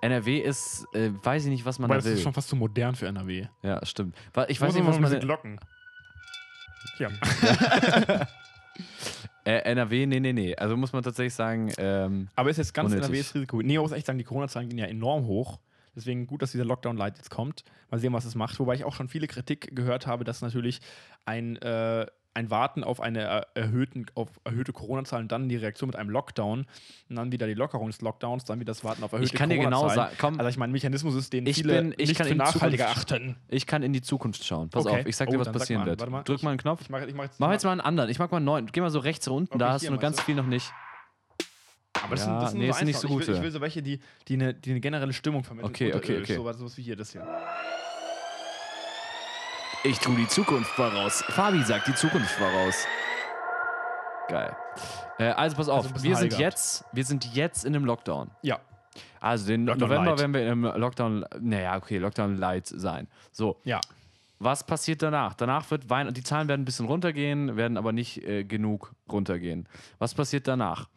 Speaker 1: NRW ist, äh, weiß ich nicht, was man
Speaker 2: Weil
Speaker 1: da
Speaker 2: das
Speaker 1: will.
Speaker 2: ist schon fast zu modern für NRW.
Speaker 1: ja, stimmt. Wa- Ich
Speaker 2: Muss
Speaker 1: weiß nicht,
Speaker 2: man
Speaker 1: was
Speaker 2: mal mit
Speaker 1: man.
Speaker 2: Glocken. Ja.
Speaker 1: Äh, NRW, nee, nee, nee. Also muss man tatsächlich sagen, ähm,
Speaker 2: Aber ist jetzt ganz
Speaker 1: Unnötig.
Speaker 2: NRWs Risiko. Nee, man muss echt sagen, die Corona-Zahlen gehen ja enorm hoch. Deswegen gut, dass dieser Lockdown-Light jetzt kommt. Mal sehen, was es macht. Wobei ich auch schon viele Kritik gehört habe, dass natürlich ein, äh, ein Warten auf eine er- erhöhten, auf erhöhte Corona-Zahlen, dann die Reaktion mit einem Lockdown und dann wieder die Lockerung des Lockdowns, dann wieder das Warten auf erhöhte
Speaker 1: ich kann dir genau
Speaker 2: Corona-Zahlen.
Speaker 1: sagen, komm,
Speaker 2: Also ich meine, Mechanismus ist, den
Speaker 1: Ich
Speaker 2: viele
Speaker 1: bin- ich
Speaker 2: nicht
Speaker 1: kann
Speaker 2: für
Speaker 1: in
Speaker 2: nachhaltig
Speaker 1: Zukunft-
Speaker 2: erachten.
Speaker 1: ich kann in die Zukunft schauen. Pass
Speaker 2: Okay.
Speaker 1: auf, ich sag dir,
Speaker 2: Oh,
Speaker 1: was
Speaker 2: dann sag
Speaker 1: passieren
Speaker 2: mal an.
Speaker 1: wird.
Speaker 2: Warte mal,
Speaker 1: Drück
Speaker 2: ich-
Speaker 1: mal einen Knopf.
Speaker 2: Ich mache ich mach jetzt,
Speaker 1: Mach jetzt mal einen anderen. Ich mach mal einen neuen. Geh mal so rechts runter unten,
Speaker 2: Okay,
Speaker 1: da hast
Speaker 2: hier
Speaker 1: du nur
Speaker 2: meinst
Speaker 1: ganz viel noch nicht.
Speaker 2: Aber das
Speaker 1: Ja,
Speaker 2: sind, das sind
Speaker 1: nee,
Speaker 2: nur
Speaker 1: ist nicht
Speaker 2: Einzelne.
Speaker 1: so
Speaker 2: Ich will,
Speaker 1: gute.
Speaker 2: ich will so welche, die, die, eine, die eine generelle Stimmung vermitteln.
Speaker 1: Okay,
Speaker 2: Unterirdisch,
Speaker 1: okay, okay.
Speaker 2: Sowas, sowas wie hier, das hier.
Speaker 1: Ich tu die Zukunft voraus. Fabi sagt die Zukunft voraus. Geil. Äh, also pass auf,
Speaker 2: ein bisschen
Speaker 1: wir,
Speaker 2: Hall
Speaker 1: sind
Speaker 2: gehabt.
Speaker 1: jetzt, wir sind jetzt in einem Lockdown.
Speaker 2: Ja,
Speaker 1: Also den
Speaker 2: Lockdown
Speaker 1: November
Speaker 2: Light.
Speaker 1: werden wir im Lockdown, naja, okay, Lockdown Light sein. So,
Speaker 2: ja.
Speaker 1: was passiert danach? Danach wird Wein die Zahlen werden ein bisschen runtergehen, werden aber nicht äh, genug runtergehen. Was passiert danach?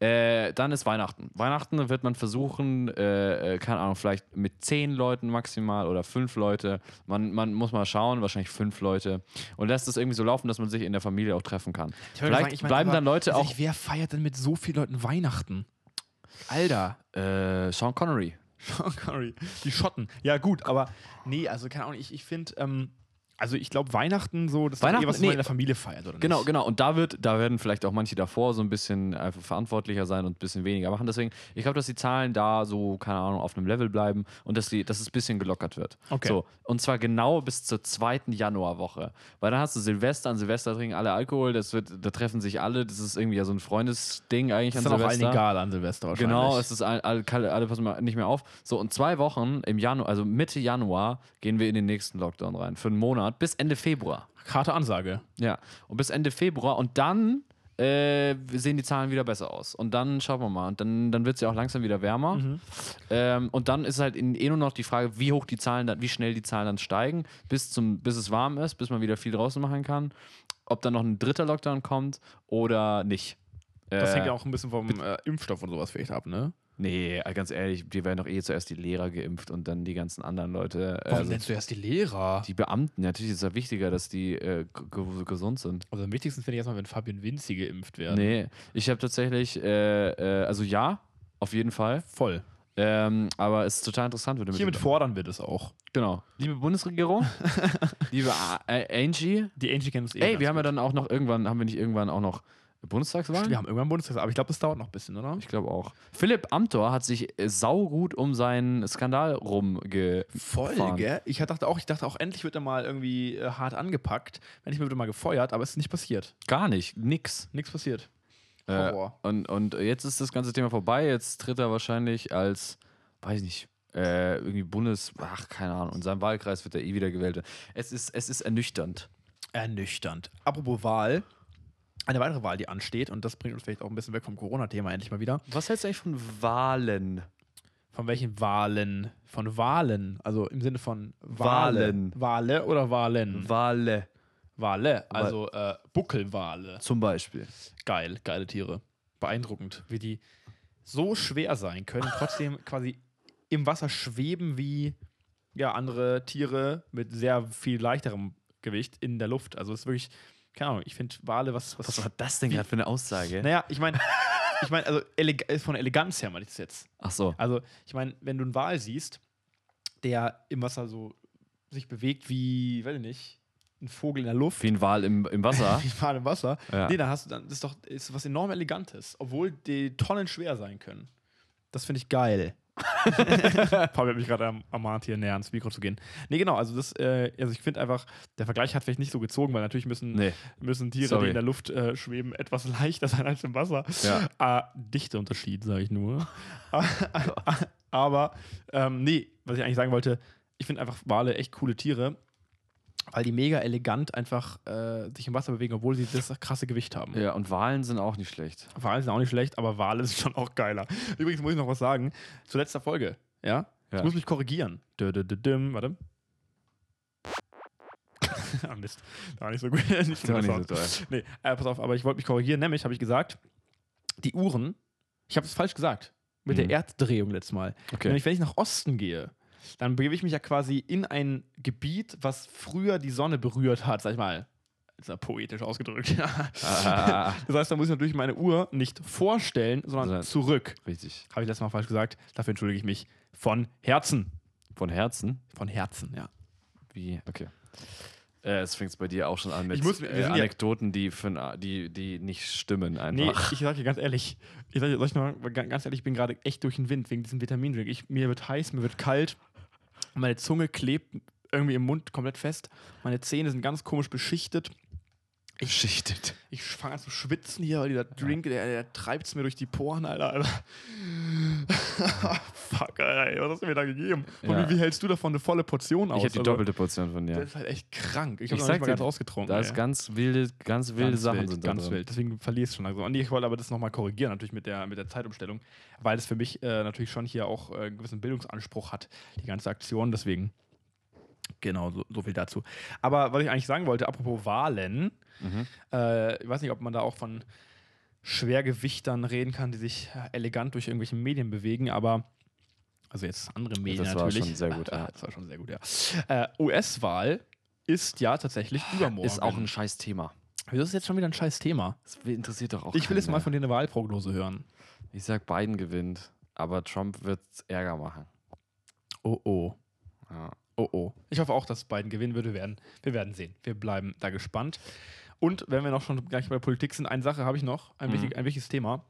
Speaker 1: Äh, dann ist Weihnachten. Weihnachten wird man versuchen, äh, äh, keine Ahnung, vielleicht mit zehn Leuten maximal oder fünf Leute. Man, man muss mal schauen, wahrscheinlich fünf Leute. Und lässt es irgendwie so laufen, dass man sich in der Familie auch treffen kann. Vielleicht bleiben dann Leute auch.
Speaker 2: also Wer feiert denn mit so vielen Leuten Weihnachten? Alter.
Speaker 1: Äh, Sean Connery.
Speaker 2: Sean Connery. Oh, Die Schotten. Ja, gut, aber nee, also keine Ahnung, ich, ich finde, ähm, also ich glaube, Weihnachten so, das
Speaker 1: Weihnachten-
Speaker 2: ist eh was, was
Speaker 1: nee.
Speaker 2: man in der Familie feiert, oder
Speaker 1: Genau,
Speaker 2: nicht?
Speaker 1: genau. Und da wird, da werden vielleicht auch manche davor so ein bisschen einfach verantwortlicher sein und ein bisschen weniger machen. Deswegen, ich glaube, dass die Zahlen da so, keine Ahnung, auf einem Level bleiben und dass, die, dass es ein bisschen gelockert wird.
Speaker 2: Okay.
Speaker 1: So. Und zwar genau bis zur zweiten Januarwoche. Weil dann hast du Silvester, an Silvester trinken alle Alkohol, das wird, da treffen sich alle, das ist irgendwie ja so ein Freundesding eigentlich
Speaker 2: Ist
Speaker 1: an
Speaker 2: dann auch allen
Speaker 1: genau. Silvester.
Speaker 2: egal an Silvester wahrscheinlich.
Speaker 1: Genau, es ist all- alle, alle, alle passen mal nicht mehr auf. So, und zwei Wochen im Januar, also Mitte Januar, gehen wir in den nächsten Lockdown rein. Für einen Monat bis Ende Februar.
Speaker 2: Harte Ansage.
Speaker 1: Ja, und bis Ende Februar und dann äh, sehen die Zahlen wieder besser aus. Und dann schauen wir mal. Und dann, dann wird es ja auch langsam wieder wärmer.
Speaker 2: Mhm.
Speaker 1: Ähm, und dann ist halt in, eh nur noch die Frage, wie hoch die Zahlen dann, wie schnell die Zahlen dann steigen, bis, zum, bis es warm ist, bis man wieder viel draußen machen kann. Ob dann noch ein dritter Lockdown kommt oder nicht.
Speaker 2: Das
Speaker 1: Äh,
Speaker 2: hängt ja auch ein bisschen vom äh, Impfstoff und sowas vielleicht ab, ne?
Speaker 1: Nee, äh, ganz ehrlich, die werden doch eh zuerst die Lehrer geimpft und dann die ganzen anderen Leute. äh, Also
Speaker 2: du erst die Lehrer?
Speaker 1: die Beamten, natürlich ist es ja wichtiger, dass die äh, ge- gesund sind.
Speaker 2: Also am wichtigsten finde ich erstmal, wenn Fabian Winzi geimpft werden.
Speaker 1: Nee, ich habe tatsächlich, äh, äh, also ja, auf jeden Fall.
Speaker 2: Voll.
Speaker 1: Ähm, aber es ist total interessant, wenn du mit
Speaker 2: Hiermit fordern wir das auch.
Speaker 1: Genau. Liebe Bundesregierung, liebe A- äh, Angie.
Speaker 2: Die Angie kennt uns eh.
Speaker 1: Ey,
Speaker 2: ganz
Speaker 1: wir haben ja
Speaker 2: gut.
Speaker 1: dann auch noch irgendwann, haben wir nicht irgendwann auch noch Bundestagswahlen?
Speaker 2: Wir haben irgendwann Bundestag, aber ich glaube, das dauert noch ein bisschen, oder?
Speaker 1: Ich glaube auch. Philipp Amthor hat sich äh, saugut um seinen Skandal rumge.
Speaker 2: Voll,
Speaker 1: fahren.
Speaker 2: gell? Ich dachte auch, ich dachte auch, endlich wird er mal irgendwie äh, hart angepackt. Endlich wird er mal gefeuert, aber es ist nicht passiert.
Speaker 1: Gar nicht, nix.
Speaker 2: Nichts passiert.
Speaker 1: Äh,
Speaker 2: Horror.
Speaker 1: und, und jetzt ist das ganze Thema vorbei. Jetzt tritt er wahrscheinlich als, weiß nicht, äh, irgendwie Bundes, ach, keine Ahnung, in seinem Wahlkreis wird er eh wieder gewählt. Es ist, es ist ernüchternd.
Speaker 2: Ernüchternd. Apropos Wahl. Eine weitere Wahl, die ansteht, und das bringt uns vielleicht auch ein bisschen weg vom Corona-Thema endlich mal wieder.
Speaker 1: Was hältst du eigentlich von Wahlen?
Speaker 2: Von welchen Wahlen? Von Wahlen. Also im Sinne von Wahlen. Wale oder
Speaker 1: Mhm.
Speaker 2: Wahlen?
Speaker 1: Wale
Speaker 2: Wale. Also äh, Buckelwale.
Speaker 1: zum Beispiel.
Speaker 2: Geil, geile Tiere. Beeindruckend, wie die so schwer sein können, trotzdem quasi im Wasser schweben wie ja, andere Tiere mit sehr viel leichterem Gewicht in der Luft. Also es ist wirklich, keine Ahnung, ich finde Wale was. was,
Speaker 1: Was war das denn gerade für eine Aussage?
Speaker 2: naja, ich meine, ich meine, also eleg äh, von Eleganz her meine ich das jetzt.
Speaker 1: Ach so.
Speaker 2: Also, ich meine, wenn du einen Wal siehst, der im Wasser so sich bewegt wie, weiß ich nicht, ein Vogel in der Luft.
Speaker 1: Wie ein Wal im, im Wasser.
Speaker 2: Ich war im Wasser.
Speaker 1: Ja.
Speaker 2: Nee, da hast du dann, das ist doch ist was enorm Elegantes, obwohl die Tonnen schwer sein können. Das finde ich geil. Paul hat mich gerade am- ermahnt, hier näher ans Mikro zu gehen. Nee, genau, also das, äh, also ich finde einfach, der Vergleich hat vielleicht nicht so gezogen, weil natürlich müssen,
Speaker 1: Nee.
Speaker 2: müssen Tiere,
Speaker 1: Sorry.
Speaker 2: die in der Luft äh, schweben, etwas leichter sein als im Wasser.
Speaker 1: Ja.
Speaker 2: Äh, Dichteunterschied, sage ich nur. Ah, Aber ähm, nee, was ich eigentlich sagen wollte, ich finde einfach Wale echt coole Tiere, weil die mega elegant einfach äh, sich im Wasser bewegen, obwohl sie das krasse Gewicht haben.
Speaker 1: Ja, und Wahlen sind auch nicht schlecht.
Speaker 2: Wale sind auch nicht schlecht, aber Wale sind schon auch geiler. Übrigens muss ich noch was sagen. Zu letzter Folge, ja?
Speaker 1: Ja.
Speaker 2: Ich muss mich korrigieren. Dö, dö, dö, düm. Warte. ah, Mist. Da war nicht so gut. nicht so
Speaker 1: Der war
Speaker 2: gut
Speaker 1: nicht
Speaker 2: Sound.
Speaker 1: so toll.
Speaker 2: Nee, äh, pass auf, aber ich wollte mich korrigieren. Nämlich habe ich gesagt, die Uhren, ich habe es falsch gesagt. Mit
Speaker 1: Mhm.
Speaker 2: der Erddrehung letztes Mal.
Speaker 1: Okay.
Speaker 2: Nämlich, wenn ich nach Osten gehe, dann begebe ich mich ja quasi in ein Gebiet, was früher die Sonne berührt hat, sag ich mal. Ist ja poetisch ausgedrückt.
Speaker 1: Ah,
Speaker 2: Das heißt, da muss ich natürlich meine Uhr nicht vorstellen, sondern
Speaker 1: Sondern-
Speaker 2: zurück.
Speaker 1: richtig.
Speaker 2: Habe ich letztes Mal falsch gesagt. Dafür entschuldige ich mich von Herzen.
Speaker 1: Von Herzen?
Speaker 2: Von Herzen, ja.
Speaker 1: Wie? Okay. Äh, es fängt bei dir auch schon an mit
Speaker 2: Ich muss mir- wir
Speaker 1: äh,
Speaker 2: sind ja-
Speaker 1: Anekdoten, die, für, na- die, die nicht stimmen
Speaker 2: Nee,
Speaker 1: einfach.
Speaker 2: ich sage dir ganz ehrlich, ich sage euch noch mal ganz ehrlich, ich bin gerade echt durch den Wind wegen diesem Vitamindrink. Ich, mir wird heiß, mir wird kalt, meine Zunge klebt irgendwie im Mund komplett fest, meine Zähne sind ganz komisch beschichtet.
Speaker 1: Geschichtet.
Speaker 2: Ich fange an zu schwitzen hier, weil dieser Drink, der, der treibt es mir durch die Poren, Alter. Alter. Fuck, Alter, ey, was hast du mir da gegeben? Und
Speaker 1: Ja.
Speaker 2: wie, wie hältst du davon eine volle Portion aus?
Speaker 1: Ich hätte die
Speaker 2: Also,
Speaker 1: doppelte Portion von dir.
Speaker 2: Das ist halt echt krank. Ich
Speaker 1: Ich
Speaker 2: habe noch
Speaker 1: sag
Speaker 2: nicht mal
Speaker 1: dir,
Speaker 2: ganz ausgetrunken.
Speaker 1: Da ist ganz wilde, ganz wilde Sachen
Speaker 2: wild,
Speaker 1: sind da
Speaker 2: ganz
Speaker 1: drin.
Speaker 2: wild. Deswegen verliere ich es schon langsam. Und ich wollte aber das nochmal korrigieren, natürlich mit der, mit der Zeitumstellung, weil es für mich äh, natürlich schon hier auch äh, einen gewissen Bildungsanspruch hat, die ganze Aktion. Deswegen, genau, so, so viel dazu. Aber was ich eigentlich sagen wollte, apropos Wahlen,
Speaker 1: Mhm.
Speaker 2: äh, ich weiß nicht, ob man da auch von Schwergewichtern reden kann, die sich äh, elegant durch irgendwelche Medien bewegen, aber also jetzt andere Medien
Speaker 1: Das war
Speaker 2: natürlich.
Speaker 1: schon sehr gut, ja.
Speaker 2: Das war schon sehr gut, ja. Äh, US-Wahl ist ja tatsächlich übermorgen.
Speaker 1: Ah, Ist auch ein scheiß Thema.
Speaker 2: Wieso ist das jetzt schon wieder ein scheiß Thema?
Speaker 1: Das interessiert doch auch
Speaker 2: ich will jetzt
Speaker 1: keinen
Speaker 2: mal
Speaker 1: mehr.
Speaker 2: von dir eine Wahlprognose hören.
Speaker 1: Ich sag, Biden gewinnt, aber Trump wird Ärger machen.
Speaker 2: Oh oh.
Speaker 1: Ja.
Speaker 2: Oh oh. Ich hoffe auch, dass Biden gewinnen würde. Wir werden, wir werden sehen. Wir bleiben da gespannt. Und wenn wir noch schon gleich bei Politik sind, eine Sache habe ich noch, ein,
Speaker 1: Mhm.
Speaker 2: wichtig, ein wichtiges Thema.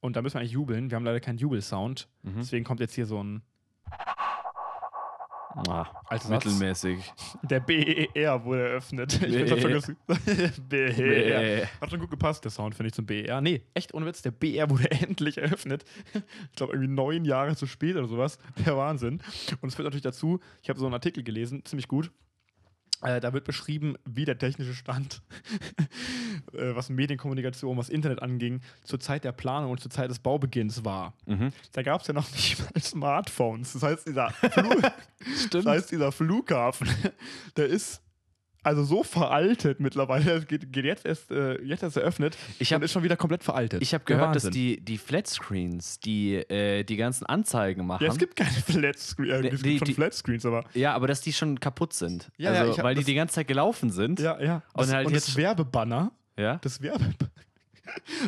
Speaker 2: Und da müssen wir eigentlich jubeln. Wir haben leider keinen Jubelsound.
Speaker 1: Mhm.
Speaker 2: Deswegen kommt jetzt hier so ein
Speaker 1: Ah,
Speaker 2: alter Satz.
Speaker 1: mittelmäßig.
Speaker 2: Der BER wurde eröffnet. Ich find's halt schon ganz- BER.
Speaker 1: Äh,
Speaker 2: Hat schon gut gepasst, der Sound, finde ich, zum BER. Nee, echt ohne Witz, der BER wurde endlich eröffnet. Ich glaube, irgendwie neun Jahre zu spät oder sowas. Der Wahnsinn. Und es führt natürlich dazu, ich habe so einen Artikel gelesen, ziemlich gut. Äh, da wird beschrieben, wie der technische Stand, äh, was Medienkommunikation, was Internet anging, zur Zeit der Planung und zur Zeit des Baubeginns war.
Speaker 1: Mhm.
Speaker 2: Da gab es ja noch nicht mal Smartphones. Das heißt, dieser Flug,
Speaker 1: Stimmt.
Speaker 2: Das heißt, dieser Flughafen, der ist also so veraltet mittlerweile. Es geht, geht jetzt erst, äh, jetzt erst eröffnet.
Speaker 1: Ich hab-
Speaker 2: und ist schon wieder komplett veraltet.
Speaker 1: Ich habe
Speaker 2: Der
Speaker 1: gehört, dass
Speaker 2: Wahnsinn.
Speaker 1: die, die Flatscreens, die äh, die ganzen Anzeigen machen,
Speaker 2: Ja, es gibt keine Flatscreens. Äh,
Speaker 1: Nee,
Speaker 2: es
Speaker 1: die-
Speaker 2: gibt schon
Speaker 1: die-
Speaker 2: Flatscreens, aber.
Speaker 1: ja, aber dass die schon kaputt sind.
Speaker 2: Ja, ja,
Speaker 1: also,
Speaker 2: ich hab
Speaker 1: weil die
Speaker 2: das-
Speaker 1: die ganze Zeit gelaufen sind.
Speaker 2: Ja, ja.
Speaker 1: Und
Speaker 2: Das,
Speaker 1: halt
Speaker 2: und das
Speaker 1: jetzt-
Speaker 2: Werbebanner.
Speaker 1: ja?
Speaker 2: Das Werbe.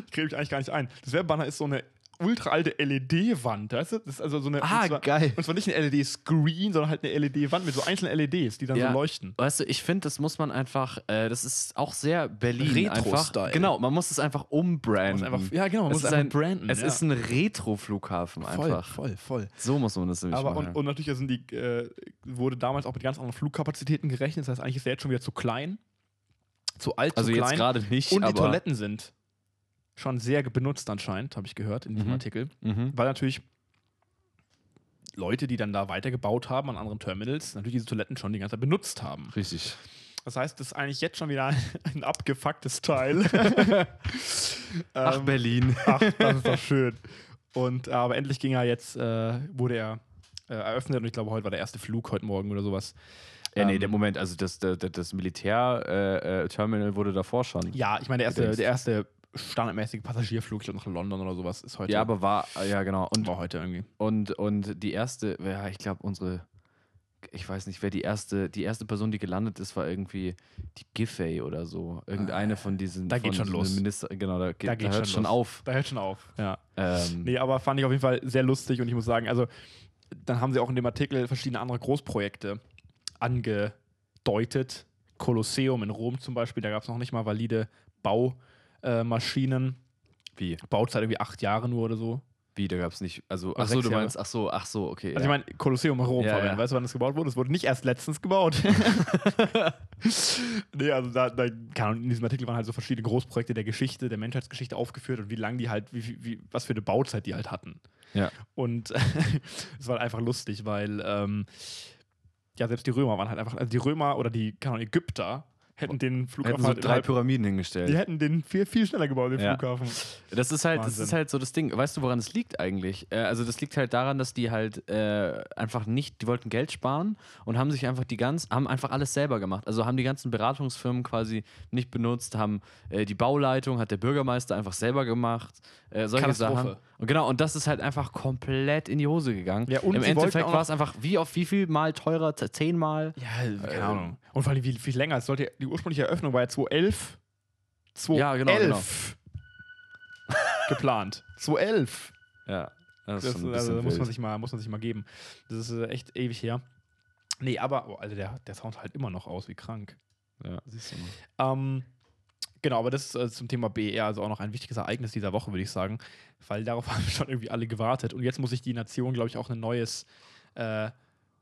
Speaker 2: Ich kriege mich eigentlich gar nicht ein. Das Werbebanner ist so eine ultra alte LED-Wand, weißt du? Das ist also so eine.
Speaker 1: Ah,
Speaker 2: und zwar,
Speaker 1: geil.
Speaker 2: Und zwar nicht ein LED-Screen, sondern halt eine LED-Wand mit so einzelnen LEDs, die dann
Speaker 1: Ja.
Speaker 2: so leuchten.
Speaker 1: Weißt du, ich finde, das muss man einfach, äh, das ist auch sehr Berlin
Speaker 2: Retro-Style.
Speaker 1: einfach. Genau, man muss es einfach
Speaker 2: Man
Speaker 1: umbranden.
Speaker 2: muss einfach- ja, genau, man
Speaker 1: es
Speaker 2: muss
Speaker 1: ist
Speaker 2: einfach
Speaker 1: ein,
Speaker 2: branden,
Speaker 1: Es
Speaker 2: ja.
Speaker 1: ist ein Retro-Flughafen einfach.
Speaker 2: voll, voll.
Speaker 1: So muss man das nämlich
Speaker 2: Aber
Speaker 1: machen.
Speaker 2: und, und natürlich sind die, äh, wurde damals auch mit ganz anderen Flugkapazitäten gerechnet. Das heißt, eigentlich ist der jetzt schon wieder zu klein, zu alt,
Speaker 1: also
Speaker 2: zu
Speaker 1: jetzt
Speaker 2: klein.
Speaker 1: gerade nicht,
Speaker 2: und
Speaker 1: aber
Speaker 2: die Toiletten sind schon sehr benutzt anscheinend, habe ich gehört in diesem
Speaker 1: Mhm.
Speaker 2: Artikel.
Speaker 1: Mhm.
Speaker 2: Weil natürlich Leute, die dann da weitergebaut haben an anderen Terminals, natürlich diese Toiletten schon die ganze Zeit benutzt haben.
Speaker 1: Richtig.
Speaker 2: Das heißt, das ist eigentlich jetzt schon wieder ein abgefucktes Teil.
Speaker 1: Ach,
Speaker 2: Ähm,
Speaker 1: Berlin.
Speaker 2: Ach, das ist doch schön. Und äh, aber endlich ging er jetzt, äh, wurde er äh, eröffnet und ich glaube, heute war der erste Flug, heute Morgen oder sowas.
Speaker 1: Äh, nee,
Speaker 2: Ähm,
Speaker 1: der Moment, also das, das, das Militär-Terminal äh, Terminal wurde davor schon.
Speaker 2: Ja, ich meine, der erste,
Speaker 1: Gedenkst.
Speaker 2: der erste standardmäßige Passagierflug, ich glaube, nach London oder sowas ist heute.
Speaker 1: Ja, aber war, ja genau. Und,
Speaker 2: war heute irgendwie.
Speaker 1: und, und die erste, ja, ich glaube, unsere, ich weiß nicht, wer die erste, die erste Person, die gelandet ist, war irgendwie die Giffey oder so. Irgendeine von diesen.
Speaker 2: Äh, Da geht
Speaker 1: von diesen
Speaker 2: schon los.
Speaker 1: Minister, genau, da, geht, da,
Speaker 2: geht's
Speaker 1: hört schon
Speaker 2: los.
Speaker 1: auf.
Speaker 2: Da hört schon auf. Ja.
Speaker 1: Ähm,
Speaker 2: Nee, aber fand ich auf jeden Fall sehr lustig und ich muss sagen, also dann haben sie auch in dem Artikel verschiedene andere Großprojekte angedeutet. Kolosseum in Rom zum Beispiel, da gab es noch nicht mal valide Baumaschinen.
Speaker 1: Wie?
Speaker 2: Bauzeit irgendwie acht Jahre nur oder so.
Speaker 1: Wie, da gab es nicht. Also,
Speaker 2: War
Speaker 1: ach so,
Speaker 2: sechs
Speaker 1: du
Speaker 2: Jahre.
Speaker 1: meinst, ach so, ach so, okay.
Speaker 2: Also ich meine, Kolosseum in Rom,
Speaker 1: Ja,
Speaker 2: Fabian.
Speaker 1: ja.
Speaker 2: Weißt du, wann das gebaut wurde? Es wurde nicht erst letztens gebaut. nee, also da, da keine Ahnung, in diesem Artikel waren halt so verschiedene Großprojekte der Geschichte, der Menschheitsgeschichte aufgeführt und wie lang die halt, wie, wie, wie, was für eine Bauzeit die halt hatten.
Speaker 1: Ja.
Speaker 2: Und es war halt einfach lustig, weil ähm, ja, selbst die Römer waren halt einfach, also die Römer oder die, keine Ahnung, Ägypter hätten den Flughafen
Speaker 1: hätten so
Speaker 2: halt
Speaker 1: drei
Speaker 2: innerhalb-
Speaker 1: Pyramiden hingestellt.
Speaker 2: die hätten den viel, viel schneller gebaut, den
Speaker 1: Ja.
Speaker 2: Flughafen.
Speaker 1: Das ist halt, das ist
Speaker 2: Wahnsinn.
Speaker 1: halt so das Ding. Weißt du, woran es liegt eigentlich? Äh, also das liegt halt daran, dass die halt äh, einfach nicht, die wollten Geld sparen und haben sich einfach die ganz, haben einfach alles selber gemacht. Also haben die ganzen Beratungsfirmen quasi nicht benutzt, haben äh, die Bauleitung, hat der Bürgermeister einfach selber gemacht. Äh, solche
Speaker 2: Katastrophe.
Speaker 1: Sachen. Und genau, und das ist halt einfach komplett in die Hose gegangen.
Speaker 2: Ja, und
Speaker 1: Im
Speaker 2: sie wollten
Speaker 1: Endeffekt
Speaker 2: auch
Speaker 1: war es einfach wie auf wie viel mal teurer, Ze- zehnmal.
Speaker 2: Ja, keine
Speaker 1: Äh,
Speaker 2: Ahnung. Und vor allem, wie viel länger? Es sollte, die ursprüngliche Eröffnung war ja 2011. 2011
Speaker 1: Ja, genau, genau.
Speaker 2: geplant. 2011.
Speaker 1: Ja. Das,
Speaker 2: Das,
Speaker 1: ist schon ein
Speaker 2: also,
Speaker 1: bisschen
Speaker 2: da muss, man
Speaker 1: wild.
Speaker 2: sich mal, muss man sich mal geben. Das ist äh, echt ewig her. Nee, aber, oh, Alter, der, der Sound halt immer noch aus, wie krank.
Speaker 1: ja, siehst du mal.
Speaker 2: Ähm, genau, aber das ist äh, zum Thema BER also auch noch ein wichtiges Ereignis dieser Woche, würde ich sagen, weil darauf haben schon irgendwie alle gewartet. Und jetzt muss sich die Nation, glaube ich, auch ein neues äh,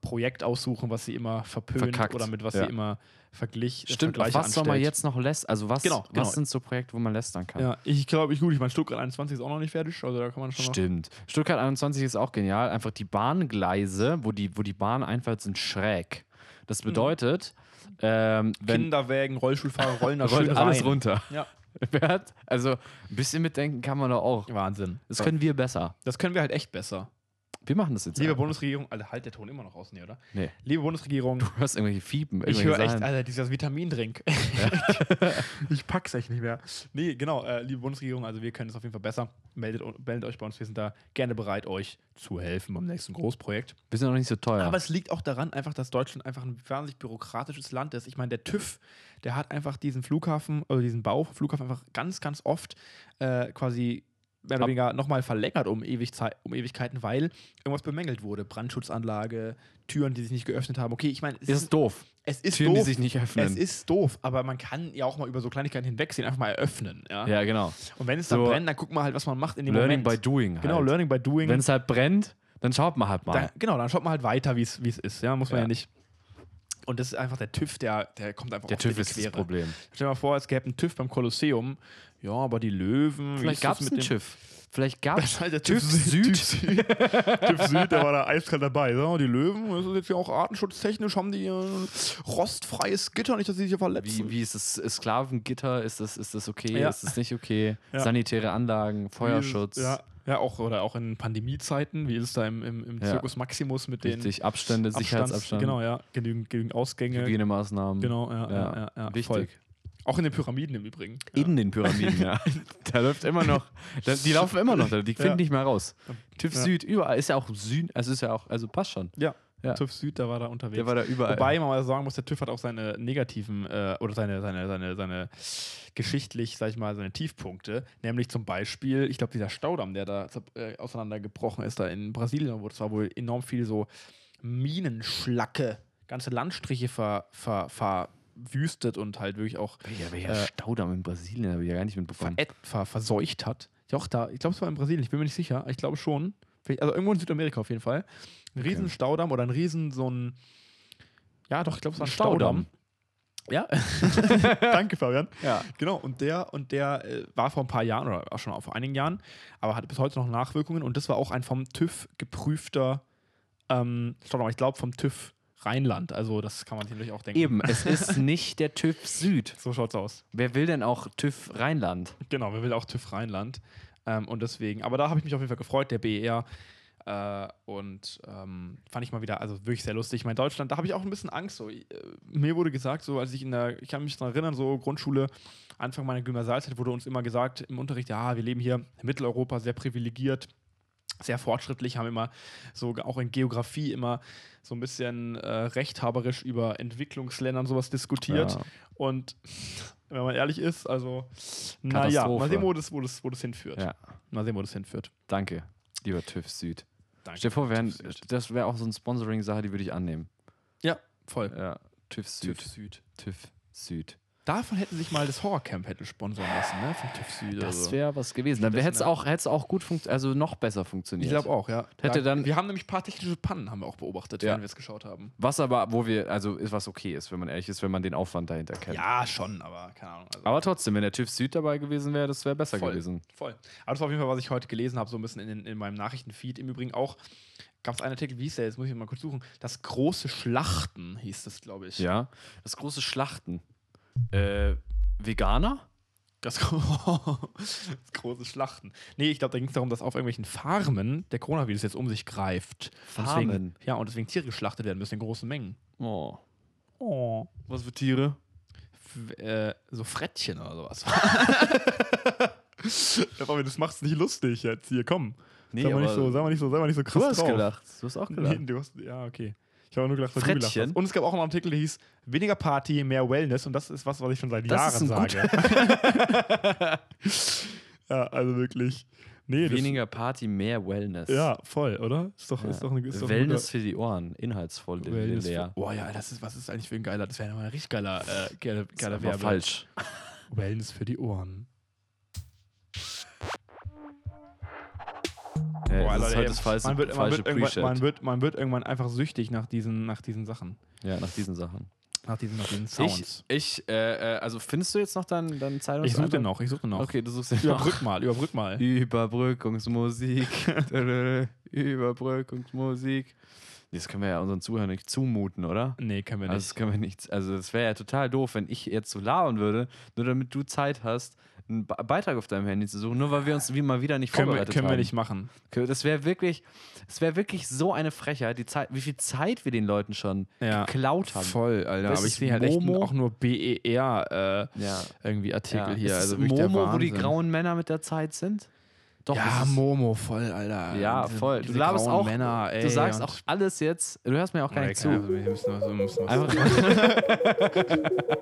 Speaker 2: Projekt aussuchen, was sie immer verpönt
Speaker 1: Verkackt,
Speaker 2: oder mit was
Speaker 1: ja.
Speaker 2: sie immer verglich. äh,
Speaker 1: Stimmt, auf was
Speaker 2: Vergleiche
Speaker 1: soll man
Speaker 2: anstellt.
Speaker 1: jetzt noch lästern? Also was,
Speaker 2: Genau, genau.
Speaker 1: was sind so Projekte, wo man lästern kann?
Speaker 2: Ja, ich glaube, ich, gut, ich meine, Stuttgart 21 ist auch noch nicht fertig, also da kann man schon noch.
Speaker 1: Stimmt. Stuttgart 21 ist auch genial. Einfach die Bahngleise, wo die, wo die Bahn einfahrt, sind schräg.
Speaker 2: Mhm.
Speaker 1: Das bedeutet, ähm, wenn
Speaker 2: Kinderwägen, Rollstuhlfahrer rollen da
Speaker 1: rollt
Speaker 2: schön
Speaker 1: alles
Speaker 2: rein.
Speaker 1: runter.
Speaker 2: Ja.
Speaker 1: Wer hat, also ein bisschen mitdenken kann man da auch.
Speaker 2: Wahnsinn.
Speaker 1: Das können wir besser.
Speaker 2: das können wir halt echt besser.
Speaker 1: Wir machen das jetzt.
Speaker 2: Liebe
Speaker 1: einfach.
Speaker 2: Bundesregierung, Alter, halt der Ton immer noch raus, nee, oder?
Speaker 1: Nee.
Speaker 2: Liebe Bundesregierung,
Speaker 1: Du hörst irgendwelche Fiepen.
Speaker 2: Ich höre
Speaker 1: irgendwelche
Speaker 2: echt,
Speaker 1: Sachen.
Speaker 2: Alter, dieses Vitamindrink. ich pack's echt nicht mehr. Nee, genau, äh, liebe Bundesregierung, also wir können es auf jeden Fall besser. Meldet, meldet euch bei uns, wir sind da gerne bereit, euch zu helfen beim nächsten Großprojekt.
Speaker 1: Wir sind noch nicht so teuer.
Speaker 2: Aber es liegt auch daran, einfach, dass Deutschland einfach ein wahnsinnig bürokratisches Land ist. Ich meine, der TÜV, der hat einfach diesen Flughafen, oder diesen Bau vom Flughafen einfach ganz, ganz oft äh, quasi mehr oder
Speaker 1: Ab-
Speaker 2: weniger nochmal verlängert um, ewig Zei- um Ewigkeiten, weil irgendwas bemängelt wurde. Brandschutzanlage, Türen, die sich nicht geöffnet haben. Okay, ich meine, es
Speaker 1: ist doof.
Speaker 2: es ist
Speaker 1: Türen, die
Speaker 2: doof.
Speaker 1: sich nicht öffnen.
Speaker 2: Es ist doof, aber man kann ja auch mal über so Kleinigkeiten hinwegsehen, einfach mal eröffnen. Ja?
Speaker 1: ja, genau.
Speaker 2: Und wenn es dann
Speaker 1: So-
Speaker 2: brennt, dann guckt man halt, was man macht in Ah. dem
Speaker 1: Learning by
Speaker 2: Moment.
Speaker 1: doing. Halt.
Speaker 2: genau, Learning by Doing.
Speaker 1: Wenn es halt brennt, dann schaut man halt mal.
Speaker 2: dann, genau, dann schaut man halt weiter, wie es wie es ist. Ja, muss man ja.
Speaker 1: Ja.
Speaker 2: nicht. Und das ist einfach der TÜV, der, der kommt einfach
Speaker 1: Der
Speaker 2: oft in
Speaker 1: TÜV
Speaker 2: die
Speaker 1: ist das
Speaker 2: Quere.
Speaker 1: Problem.
Speaker 2: Stell dir mal vor, es gäbe einen TÜV beim Kolosseum. Ja, aber die Löwen. wie
Speaker 1: Vielleicht
Speaker 2: ist das
Speaker 1: gab es
Speaker 2: mit
Speaker 1: einen
Speaker 2: dem-
Speaker 1: TÜV. Vielleicht gab
Speaker 2: Das
Speaker 1: es
Speaker 2: ist halt der
Speaker 1: TÜV Süd.
Speaker 2: TÜV Süd, der war da eiskalt dabei. So, die Löwen, das ist jetzt ja auch artenschutztechnisch, haben die äh, rostfreies Gitter, nicht, dass sie sich hier verletzen.
Speaker 1: Wie, wie ist das Sklavengitter? Ist das, ist das okay?
Speaker 2: Ja.
Speaker 1: Ist das nicht okay?
Speaker 2: Ja.
Speaker 1: Sanitäre Anlagen, Feuerschutz.
Speaker 2: Ja, Ja, auch oder auch in Pandemiezeiten, wie ist es da im, im, im
Speaker 1: Ja.
Speaker 2: Zirkus Maximus mit den
Speaker 1: Richtig, Abstände,
Speaker 2: Abstands-
Speaker 1: Sicherheitsabstand,
Speaker 2: Genau, ja, genügend, genügend Ausgänge.
Speaker 1: Hygienemaßnahmen.
Speaker 2: Genau, ja, ja,
Speaker 1: Ja,
Speaker 2: ja, ja
Speaker 1: wichtig.
Speaker 2: voll. Auch in den Pyramiden im Übrigen. Ja.
Speaker 1: In den Pyramiden, ja. Da läuft immer noch, da, die laufen immer noch, da, die finden
Speaker 2: Ja.
Speaker 1: nicht mehr raus. TÜV
Speaker 2: Ja.
Speaker 1: Süd, überall, ist ja auch Süd, also ist ja auch, also passt schon.
Speaker 2: Ja.
Speaker 1: Ja.
Speaker 2: TÜV Süd, da war da unterwegs.
Speaker 1: Der war da überall.
Speaker 2: Wobei man mal sagen muss, der TÜV hat auch seine negativen äh, oder seine, seine, seine, seine geschichtlich, sag ich mal, seine Tiefpunkte. Nämlich zum Beispiel, ich glaube, dieser Staudamm, der da zer- äh, auseinandergebrochen ist, da in Brasilien, wo es war wohl enorm viel so Minenschlacke, ganze Landstriche ver, ver, verwüstet und halt wirklich auch
Speaker 1: welcher welcher
Speaker 2: äh,
Speaker 1: Staudamm in Brasilien, habe ich ja gar nicht mitbekommen.
Speaker 2: verett, ver, verseucht hat. Doch, da, ich glaube, es war in Brasilien, ich bin mir nicht sicher. Ich glaube schon. Vielleicht- Also irgendwo in Südamerika auf jeden Fall. Ein riesen Staudamm oder ein riesen so ein. Ja, doch, ich glaube, es war ein Staudamm. Ja. Danke, Fabian.
Speaker 1: Ja.
Speaker 2: Genau, und der, und der äh, war vor ein paar Jahren oder auch schon vor einigen Jahren, aber hat bis heute noch Nachwirkungen und das war auch ein vom TÜV geprüfter ähm, Staudamm, aber ich glaube vom TÜV Rheinland. Also das kann man sich natürlich auch denken.
Speaker 1: Eben, es ist nicht der TÜV Süd.
Speaker 2: So schaut's aus.
Speaker 1: Wer will denn auch TÜV Rheinland?
Speaker 2: Genau, wir will auch TÜV Rheinland. Ähm, und deswegen, aber da habe ich mich auf jeden Fall gefreut, der BER. Äh, und ähm, fand ich mal wieder, also wirklich sehr lustig. Ich meine, Deutschland, da habe ich auch ein bisschen Angst. So. Äh, Mir wurde gesagt, so als ich in der, ich kann mich daran erinnern, so Grundschule, Anfang meiner Gymnasialzeit wurde uns immer gesagt im Unterricht, ja, wir leben hier in Mitteleuropa, sehr privilegiert, sehr fortschrittlich, haben immer so auch in Geografie immer so ein bisschen äh, rechthaberisch über Entwicklungsländer und sowas diskutiert.
Speaker 1: Ja.
Speaker 2: Und wenn man ehrlich ist, also naja, mal
Speaker 1: Katastrophe.
Speaker 2: sehen, wo das, wo das, wo das hinführt.
Speaker 1: Ja.
Speaker 2: Mal sehen, wo das hinführt.
Speaker 1: Danke, lieber TÜV Süd.
Speaker 2: Danke.
Speaker 1: Stell dir vor, wir hätten-
Speaker 2: TÜV Süd.
Speaker 1: das wäre auch so eine Sponsoring-Sache, die würde ich annehmen.
Speaker 2: Ja, voll.
Speaker 1: Ja, TÜV Süd.
Speaker 2: TÜV Süd.
Speaker 1: TÜV Süd.
Speaker 2: Davon hätten sich mal das Horrorcamp hätte sponsern lassen, ne? Von TÜV Süd.
Speaker 1: Das
Speaker 2: also.
Speaker 1: wäre was gewesen. Dann
Speaker 2: Das
Speaker 1: hätte es
Speaker 2: wär- ne-
Speaker 1: auch, hätt's auch gut funktioniert, also noch besser
Speaker 2: Ich
Speaker 1: funktioniert.
Speaker 2: glaube auch, ja.
Speaker 1: Hätte
Speaker 2: Da-
Speaker 1: dann-
Speaker 2: wir haben nämlich ein paar technische Pannen, haben wir auch beobachtet,
Speaker 1: Ja.
Speaker 2: während wir es geschaut haben.
Speaker 1: Was aber, wo wir, also ist was okay ist, wenn man ehrlich ist, wenn man den Aufwand dahinter kennt.
Speaker 2: Ja, schon, aber keine Ahnung. Also.
Speaker 1: Aber trotzdem, wenn der TÜV Süd dabei gewesen wäre, das wäre besser
Speaker 2: Voll.
Speaker 1: gewesen.
Speaker 2: Voll. Aber das war auf jeden Fall, was ich heute gelesen habe, so ein bisschen in, den- in meinem Nachrichtenfeed. Im Übrigen auch gab es einen Artikel, wie hieß der, jetzt muss ich mal kurz suchen. Das große Schlachten hieß das, glaube ich.
Speaker 1: Ja. Das große Schlachten. Äh, Veganer?
Speaker 2: Das, gro- das große Schlachten. Nee, ich glaube, da ging es darum, dass auf irgendwelchen Farmen der Coronavirus jetzt um sich greift. Und
Speaker 1: Farmen?
Speaker 2: Deswegen, ja, und deswegen Tiere geschlachtet werden müssen in großen Mengen.
Speaker 1: Oh.
Speaker 2: Oh.
Speaker 1: Was für Tiere?
Speaker 2: Äh, so Frettchen oder sowas. Aber das macht's nicht lustig jetzt. Hier, komm.
Speaker 1: Nee,
Speaker 2: sag, mal nicht
Speaker 1: aber-
Speaker 2: so, sag mal nicht so, sag mal nicht so krass
Speaker 1: Du hast
Speaker 2: drauf.
Speaker 1: gelacht. Du hast auch
Speaker 2: Nee,
Speaker 1: gelacht.
Speaker 2: du hast, ja, okay. Ich habe nur gedacht, dass du
Speaker 1: Frettchen?
Speaker 2: gelacht hast. Und es gab auch einen Artikel, der hieß Weniger Party, mehr Wellness. Und das ist was, was ich schon seit
Speaker 1: Das ist
Speaker 2: Jahren
Speaker 1: ein
Speaker 2: sage. ja, also wirklich. Nee, das,
Speaker 1: Weniger Party, mehr Wellness.
Speaker 2: Ja, voll, oder? Ist doch,
Speaker 1: Ja.
Speaker 2: Ist doch eine ist doch ein
Speaker 1: Wellness für die Ohren, inhaltsvoll.
Speaker 2: guter- Wellness.
Speaker 1: leer.
Speaker 2: Oh ja, das ist, was ist eigentlich für ein geiler, das wäre nochmal ein richtig geiler, äh, geiler,
Speaker 1: Ist
Speaker 2: geiler
Speaker 1: einfach
Speaker 2: Werbe.
Speaker 1: falsch.
Speaker 2: Wellness für die Ohren.
Speaker 1: Äh,
Speaker 2: Boah,
Speaker 1: das
Speaker 2: Leute,
Speaker 1: ist
Speaker 2: ey,
Speaker 1: halt das falsche,
Speaker 2: man, wird, man,
Speaker 1: falsche
Speaker 2: wird irgendwann, man,
Speaker 1: Pre-Chat.
Speaker 2: wird, man wird irgendwann einfach süchtig nach diesen, nach diesen Sachen.
Speaker 1: Ja, nach diesen Sachen.
Speaker 2: Nach diesen, nach diesen Sounds.
Speaker 1: Ich, ich äh, äh, also findest du jetzt noch deinen dein Zeitungs-
Speaker 2: Ich, suche den noch, ich suche den noch.
Speaker 1: Okay, du suchst den noch.
Speaker 2: Überbrück mal, überbrück mal.
Speaker 1: Überbrückungsmusik. Dö, Überbrückungsmusik. Nee, Das können wir ja unseren Zuhörern nicht zumuten, oder?
Speaker 2: Nee, können wir
Speaker 1: Also das können wir nicht. Also das wäre ja total doof, wenn ich jetzt so labern würde, nur damit du Zeit hast, einen Be Beitrag auf deinem Handy zu suchen, nur weil wir uns wie mal wieder nicht
Speaker 2: können wir,
Speaker 1: vorbereitet
Speaker 2: können wir
Speaker 1: haben.
Speaker 2: nicht machen.
Speaker 1: Kö- Das wäre wirklich, das wäre wirklich so eine Frechheit, die Zeit, wie viel Zeit wir den Leuten schon
Speaker 2: Ja.
Speaker 1: geklaut haben.
Speaker 2: Voll, Alter.
Speaker 1: Das
Speaker 2: aber ich
Speaker 1: ist
Speaker 2: sehe halt echt
Speaker 1: Momo.
Speaker 2: auch nur BER äh,
Speaker 1: Ja.
Speaker 2: irgendwie Artikel hier.
Speaker 1: Ist
Speaker 2: also
Speaker 1: es
Speaker 2: wirklich der
Speaker 1: Momo, wo die
Speaker 2: Wahnsinn.
Speaker 1: grauen Männer mit der Zeit sind? Doch,
Speaker 2: Ja,
Speaker 1: das ist-
Speaker 2: Momo, voll, Alter.
Speaker 1: Ja,
Speaker 2: Diese-
Speaker 1: voll.
Speaker 2: Diese
Speaker 1: du laberst
Speaker 2: grauen
Speaker 1: auch,
Speaker 2: Männer, ey.
Speaker 1: du sagst
Speaker 2: und-
Speaker 1: auch alles jetzt. Du hörst mir auch gar
Speaker 2: Alter,
Speaker 1: nicht
Speaker 2: keine
Speaker 1: zu.
Speaker 2: Ahnung, wir müssen was, wir müssen was.
Speaker 1: Einfach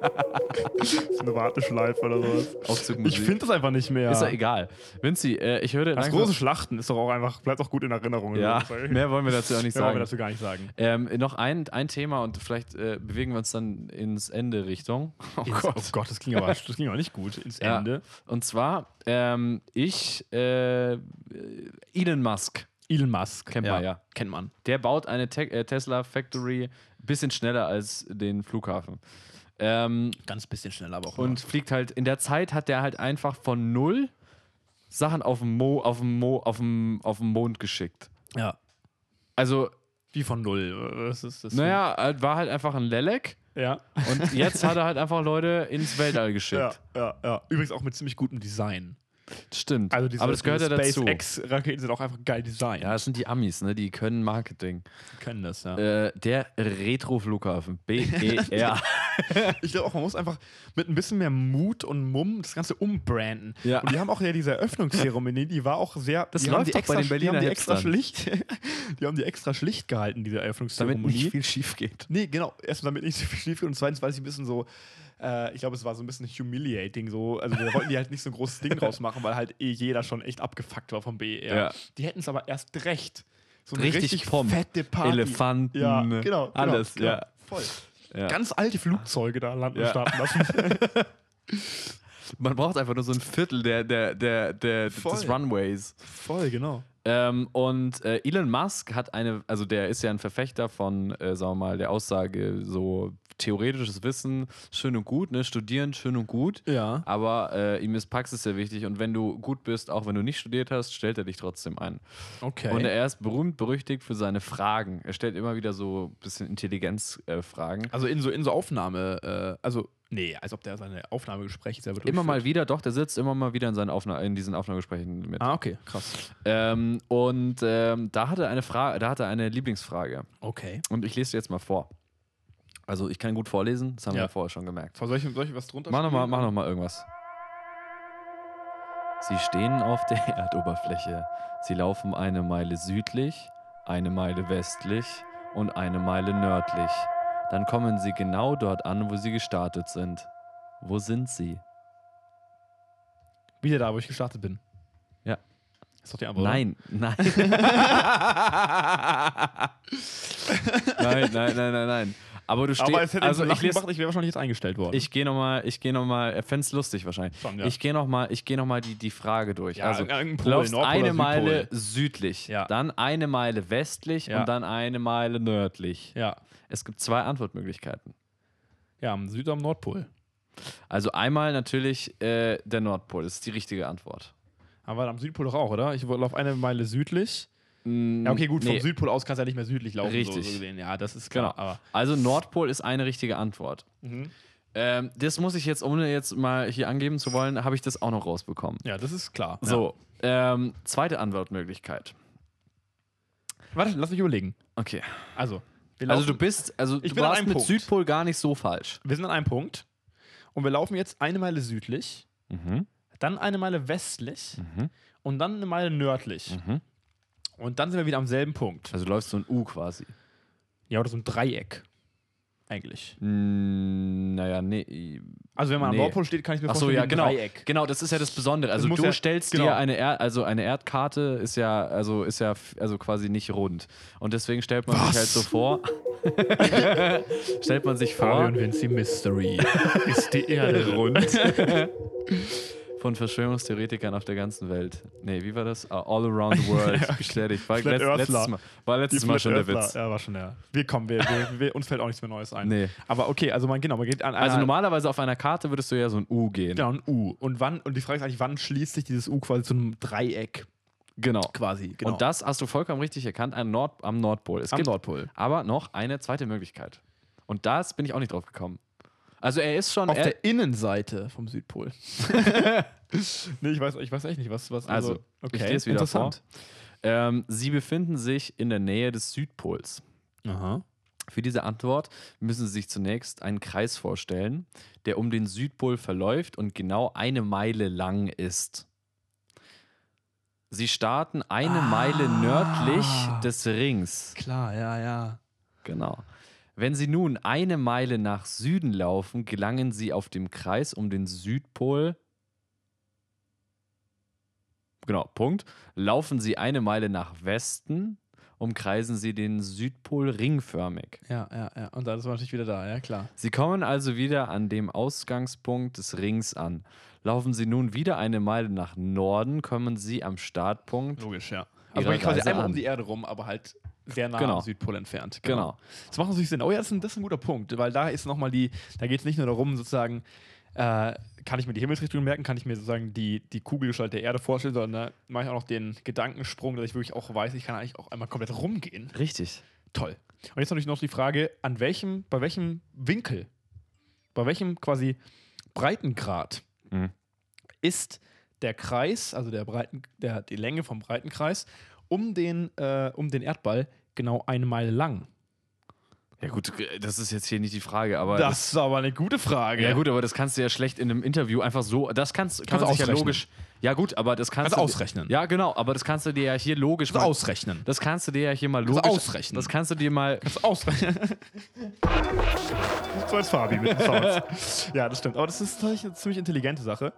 Speaker 2: eine Warteschleife oder sowas.
Speaker 1: Aufzugmusik.
Speaker 2: Ich finde das einfach nicht mehr.
Speaker 1: Ist ja egal. Vinci, äh, ich höre
Speaker 2: Das große Schlachten ist doch auch einfach, bleibt auch gut in Erinnerung.
Speaker 1: Ja,
Speaker 2: Sorry. mehr
Speaker 1: mehr wollen wir dazu auch nicht
Speaker 2: wollen
Speaker 1: sagen.
Speaker 2: wir dazu gar nicht sagen.
Speaker 1: Ähm, noch ein, ein Thema und vielleicht äh, bewegen wir uns dann ins Ende Richtung. Oh
Speaker 2: Ins- oh Gott das, ging aber, das ging aber nicht gut ins
Speaker 1: Ja.
Speaker 2: Ende.
Speaker 1: Und zwar, ähm, ich, äh, Elon Musk,
Speaker 2: Elon Musk.
Speaker 1: Kennt man, ja.
Speaker 2: Kennt man.
Speaker 1: der baut eine Te äh, Tesla Factory bisschen schneller als den Flughafen. Ähm,
Speaker 2: Ganz bisschen schneller, aber auch
Speaker 1: und fliegt halt, in der Zeit hat der halt einfach von null Sachen auf dem Mo, auf dem Mo, auf dem, auf dem Mond geschickt.
Speaker 2: nur. Ja.
Speaker 1: Also,
Speaker 2: Wie von null. Was ist das?
Speaker 1: naja, halt war halt einfach ein Lelek
Speaker 2: Ja.
Speaker 1: und jetzt hat er halt einfach Leute ins Weltall geschickt.
Speaker 2: ja, ja, ja. Übrigens auch mit ziemlich gutem Design.
Speaker 1: Stimmt.
Speaker 2: Also diese,
Speaker 1: Aber das gehört ja
Speaker 2: diese
Speaker 1: dazu.
Speaker 2: SpaceX-Raketen sind auch einfach geil designt.
Speaker 1: Ja, das sind die Amis, ne? Die können Marketing.
Speaker 2: Die können das, ja.
Speaker 1: Äh, der Retro-Flughafen. E BER.
Speaker 2: Ich glaube auch, man muss einfach mit ein bisschen mehr Mut und Mumm das Ganze umbranden.
Speaker 1: Ja.
Speaker 2: Und die haben auch ja diese Eröffnungszeremonie, die war auch sehr.
Speaker 1: Das
Speaker 2: die haben
Speaker 1: läuft
Speaker 2: die
Speaker 1: doch bei den
Speaker 2: die haben die
Speaker 1: Berliner
Speaker 2: extra
Speaker 1: Hipstern.
Speaker 2: schlicht, Die haben die extra schlicht gehalten,
Speaker 1: damit
Speaker 2: diese
Speaker 1: nicht
Speaker 2: Eröffnungszeremonie.
Speaker 1: viel schief geht.
Speaker 2: Nee, genau. Erstmal damit nicht so viel schief geht und zweitens war es ein bisschen so, äh, ich glaube, es war so ein bisschen humiliating. So. Also da wollten die halt nicht so ein großes Ding rausmachen, weil halt eh jeder schon echt abgefuckt war vom BER.
Speaker 1: Ja.
Speaker 2: Die hätten es aber erst recht. So
Speaker 1: Richtig Pomp.
Speaker 2: fette Party.
Speaker 1: Elefanten,
Speaker 2: Ja, genau. genau
Speaker 1: alles,
Speaker 2: genau,
Speaker 1: ja.
Speaker 2: Voll.
Speaker 1: Ja.
Speaker 2: Ganz alte Flugzeuge da landen
Speaker 1: Ja.
Speaker 2: und starten lassen.
Speaker 1: Man braucht einfach nur so ein Viertel der, der, der, der,
Speaker 2: Voll.
Speaker 1: des Runways.
Speaker 2: Voll, genau.
Speaker 1: Ähm, und äh, Elon Musk hat eine, also der ist ja ein Verfechter von, äh, sagen wir mal, der Aussage, so theoretisches Wissen, schön und gut, ne? Studieren, schön und gut.
Speaker 2: Ja.
Speaker 1: Aber äh, ihm ist Praxis sehr wichtig und wenn du gut bist, auch wenn du nicht studiert hast, stellt er dich trotzdem ein.
Speaker 2: Okay.
Speaker 1: Und er ist berühmt, berüchtigt für seine Fragen. Er stellt immer wieder so ein bisschen Intelligenzfragen. Äh, Fragen.
Speaker 2: also in so, in so Aufnahme, äh, also, nee, als ob der seine Aufnahmegespräche selber
Speaker 1: immer mal
Speaker 2: durchführt.
Speaker 1: wieder, doch, der sitzt immer mal wieder in, seinen Aufna in diesen Aufnahmegesprächen mit.
Speaker 2: Ah, okay, krass.
Speaker 1: Ähm, und ähm, da hatte eine Frage, da hatte eine Lieblingsfrage.
Speaker 2: Okay.
Speaker 1: Und ich lese dir jetzt mal vor. Also ich kann gut vorlesen, das haben wir
Speaker 2: Ja.
Speaker 1: ja vorher schon gemerkt.
Speaker 2: Soll ich, soll ich was drunter
Speaker 1: Mach nochmal
Speaker 2: spielen?
Speaker 1: mach noch mal irgendwas. Sie stehen auf der Erdoberfläche. Sie laufen eine Meile südlich, eine Meile westlich und eine Meile nördlich. Dann kommen sie genau dort an, wo sie gestartet sind. Wo sind sie?
Speaker 2: Wieder da, wo ich gestartet bin.
Speaker 1: Ja.
Speaker 2: Ist doch die Antwort.
Speaker 1: Nein, nein. nein, nein, nein, nein, nein. Aber du
Speaker 2: Oder?
Speaker 1: stehst.
Speaker 2: Aber es hätte
Speaker 1: also ich lese,
Speaker 2: gemacht, ich wäre wahrscheinlich jetzt eingestellt worden.
Speaker 1: Ich gehe nochmal, ich gehe nochmal, er fänd's lustig wahrscheinlich.
Speaker 2: Schon, ja.
Speaker 1: Ich gehe nochmal, ich gehe nochmal die, die Frage durch.
Speaker 2: Ja,
Speaker 1: also,
Speaker 2: irgendein
Speaker 1: du
Speaker 2: Pol,
Speaker 1: läufst
Speaker 2: Nordpol
Speaker 1: eine
Speaker 2: oder
Speaker 1: Meile südlich,
Speaker 2: Ja.
Speaker 1: dann eine Meile westlich
Speaker 2: Ja.
Speaker 1: und dann eine Meile nördlich.
Speaker 2: ja.
Speaker 1: Es gibt zwei Antwortmöglichkeiten.
Speaker 2: Ja, am Süd- am Nordpol.
Speaker 1: Also einmal natürlich äh, der Nordpol, das ist die richtige Antwort.
Speaker 2: Aber am Südpol doch auch, oder? Ich laufe eine Meile südlich. Ja, okay, gut,
Speaker 1: Mm, nee.
Speaker 2: vom Südpol aus kannst du ja nicht mehr südlich laufen. So,
Speaker 1: Richtig.
Speaker 2: so gesehen. Ja, das ist
Speaker 1: Genau.
Speaker 2: klar. Aber
Speaker 1: Also Nordpol ist eine richtige Antwort.
Speaker 2: Mhm.
Speaker 1: Ähm, das muss ich jetzt, ohne jetzt mal hier angeben zu wollen, habe ich das auch noch rausbekommen.
Speaker 2: ja, das ist klar.
Speaker 1: So, ähm, zweite Antwortmöglichkeit.
Speaker 2: Ja. Warte, lass mich überlegen.
Speaker 1: Okay.
Speaker 2: Also, wir
Speaker 1: Also
Speaker 2: laufen-
Speaker 1: du bist, also
Speaker 2: Ich
Speaker 1: du
Speaker 2: bin an
Speaker 1: warst
Speaker 2: einem
Speaker 1: mit
Speaker 2: Punkt.
Speaker 1: Südpol gar nicht so falsch.
Speaker 2: Wir sind an einem Punkt und wir laufen jetzt eine Meile südlich,
Speaker 1: Mhm,
Speaker 2: dann eine Meile westlich
Speaker 1: mhm,
Speaker 2: und dann eine Meile nördlich.
Speaker 1: mhm.
Speaker 2: Und dann sind wir wieder am selben Punkt.
Speaker 1: Also du läufst so ein U quasi.
Speaker 2: Ja, oder so ein Dreieck. Eigentlich. Hm,
Speaker 1: Mm, naja, nee.
Speaker 2: Also, wenn man
Speaker 1: Nee.
Speaker 2: am Nordpol steht, kann ich mir
Speaker 1: Achso,
Speaker 2: vorstellen,
Speaker 1: ja,
Speaker 2: wie ein
Speaker 1: genau.
Speaker 2: Dreieck.
Speaker 1: Genau, das ist ja das Besondere. Also
Speaker 2: muss
Speaker 1: du
Speaker 2: ja-
Speaker 1: stellst
Speaker 2: genau.
Speaker 1: dir eine Erd, also eine Erdkarte ist ja, also ist ja f- also quasi nicht rund. Und deswegen stellt man
Speaker 2: Was?
Speaker 1: sich halt so vor. stellt man sich vor,
Speaker 2: Vinci Mystery. ist die Erde
Speaker 1: rund. Von Verschwörungstheoretikern auf der ganzen Welt. Nee, wie war das? Ah, All around the world. Bestätigt. War,
Speaker 2: Flat
Speaker 1: letzt,
Speaker 2: Earthler.
Speaker 1: letztes mal, war letztes Mal schon der Witz.
Speaker 2: Ja, war schon der. Wir kommen, wir, wir, wir, uns fällt auch nichts mehr Neues ein.
Speaker 1: Nee.
Speaker 2: Aber okay, also man, genau, man geht an
Speaker 1: Also
Speaker 2: einer-
Speaker 1: normalerweise auf einer Karte würdest du ja so ein U gehen.
Speaker 2: Genau, ein U. Und wann, und die Frage ist eigentlich, wann schließt sich dieses U quasi zu einem Dreieck
Speaker 1: Genau.
Speaker 2: quasi? Genau.
Speaker 1: Und das hast du vollkommen richtig erkannt an Nord, am Nordpol. Es
Speaker 2: am
Speaker 1: gibt
Speaker 2: Nordpol.
Speaker 1: aber noch eine zweite Möglichkeit. Und das bin ich auch nicht drauf gekommen. Also er ist schon.
Speaker 2: Auf
Speaker 1: Er,
Speaker 2: der Innenseite vom Südpol. nee, ich weiß, ich weiß echt nicht, was. was
Speaker 1: also,
Speaker 2: okay.
Speaker 1: ich lese wieder vor.
Speaker 2: Interessant.
Speaker 1: Ähm, sie befinden sich in der Nähe des Südpols.
Speaker 2: Aha.
Speaker 1: Für diese Antwort müssen Sie sich zunächst einen Kreis vorstellen, der um den Südpol verläuft und genau eine Meile lang ist. Sie starten eine
Speaker 2: Ah.
Speaker 1: Meile nördlich des Rings.
Speaker 2: Klar, ja, ja.
Speaker 1: Genau. Wenn Sie nun eine Meile nach Süden laufen, gelangen Sie auf dem Kreis um den Südpol. Genau, Punkt. Laufen Sie eine Meile nach Westen, umkreisen Sie den Südpol ringförmig.
Speaker 2: Ja, ja, ja. Und dann ist man natürlich wieder da, ja, klar.
Speaker 1: Sie kommen also wieder an dem Ausgangspunkt des Rings an. Laufen Sie nun wieder eine Meile nach Norden, kommen Sie am Startpunkt.
Speaker 2: Logisch, ja.
Speaker 1: Ihrer
Speaker 2: Also man geht quasi
Speaker 1: Reise
Speaker 2: einmal um
Speaker 1: an.
Speaker 2: die Erde rum, aber halt sehr nah
Speaker 1: Genau.
Speaker 2: am Südpol entfernt.
Speaker 1: Genau.
Speaker 2: Das macht natürlich Sinn. Oh ja, das ist ein, das ist ein guter Punkt, weil da ist nochmal die, da geht es nicht nur darum, sozusagen, äh, kann ich mir die Himmelsrichtung merken, kann ich mir sozusagen die, die Kugelgestalt der Erde vorstellen, sondern da mache ich auch noch den Gedankensprung, dass ich wirklich auch weiß, ich kann eigentlich auch einmal komplett rumgehen.
Speaker 1: Richtig.
Speaker 2: Toll. Und jetzt natürlich noch die Frage, an welchem, bei welchem Winkel, bei welchem quasi Breitengrad
Speaker 1: Mhm.
Speaker 2: ist der Kreis, also der breiten, der, die Länge vom Breitenkreis, um den, äh, um den Erdball genau eine Meile lang?
Speaker 1: Ja, gut, äh, das ist jetzt hier nicht die Frage, aber.
Speaker 2: das ist aber eine gute Frage.
Speaker 1: ja, gut, aber das kannst du ja schlecht in einem Interview einfach so. Das kannst, kann
Speaker 2: Kannst
Speaker 1: man sich ja
Speaker 2: ausrechnen.
Speaker 1: logisch. Ja, gut, aber das kannst,
Speaker 2: Kannst
Speaker 1: du.
Speaker 2: ausrechnen.
Speaker 1: Ja, genau, aber das kannst du dir ja hier logisch.
Speaker 2: Kannst
Speaker 1: mal-
Speaker 2: ausrechnen.
Speaker 1: Das kannst du dir ja hier mal
Speaker 2: du
Speaker 1: logisch.
Speaker 2: ausrechnen.
Speaker 1: Das kannst du dir mal.
Speaker 2: Das ausrechnen. so ist Fabi mit den Sounds. ja, das stimmt. Aber das ist tatsächlich eine ziemlich intelligente Sache.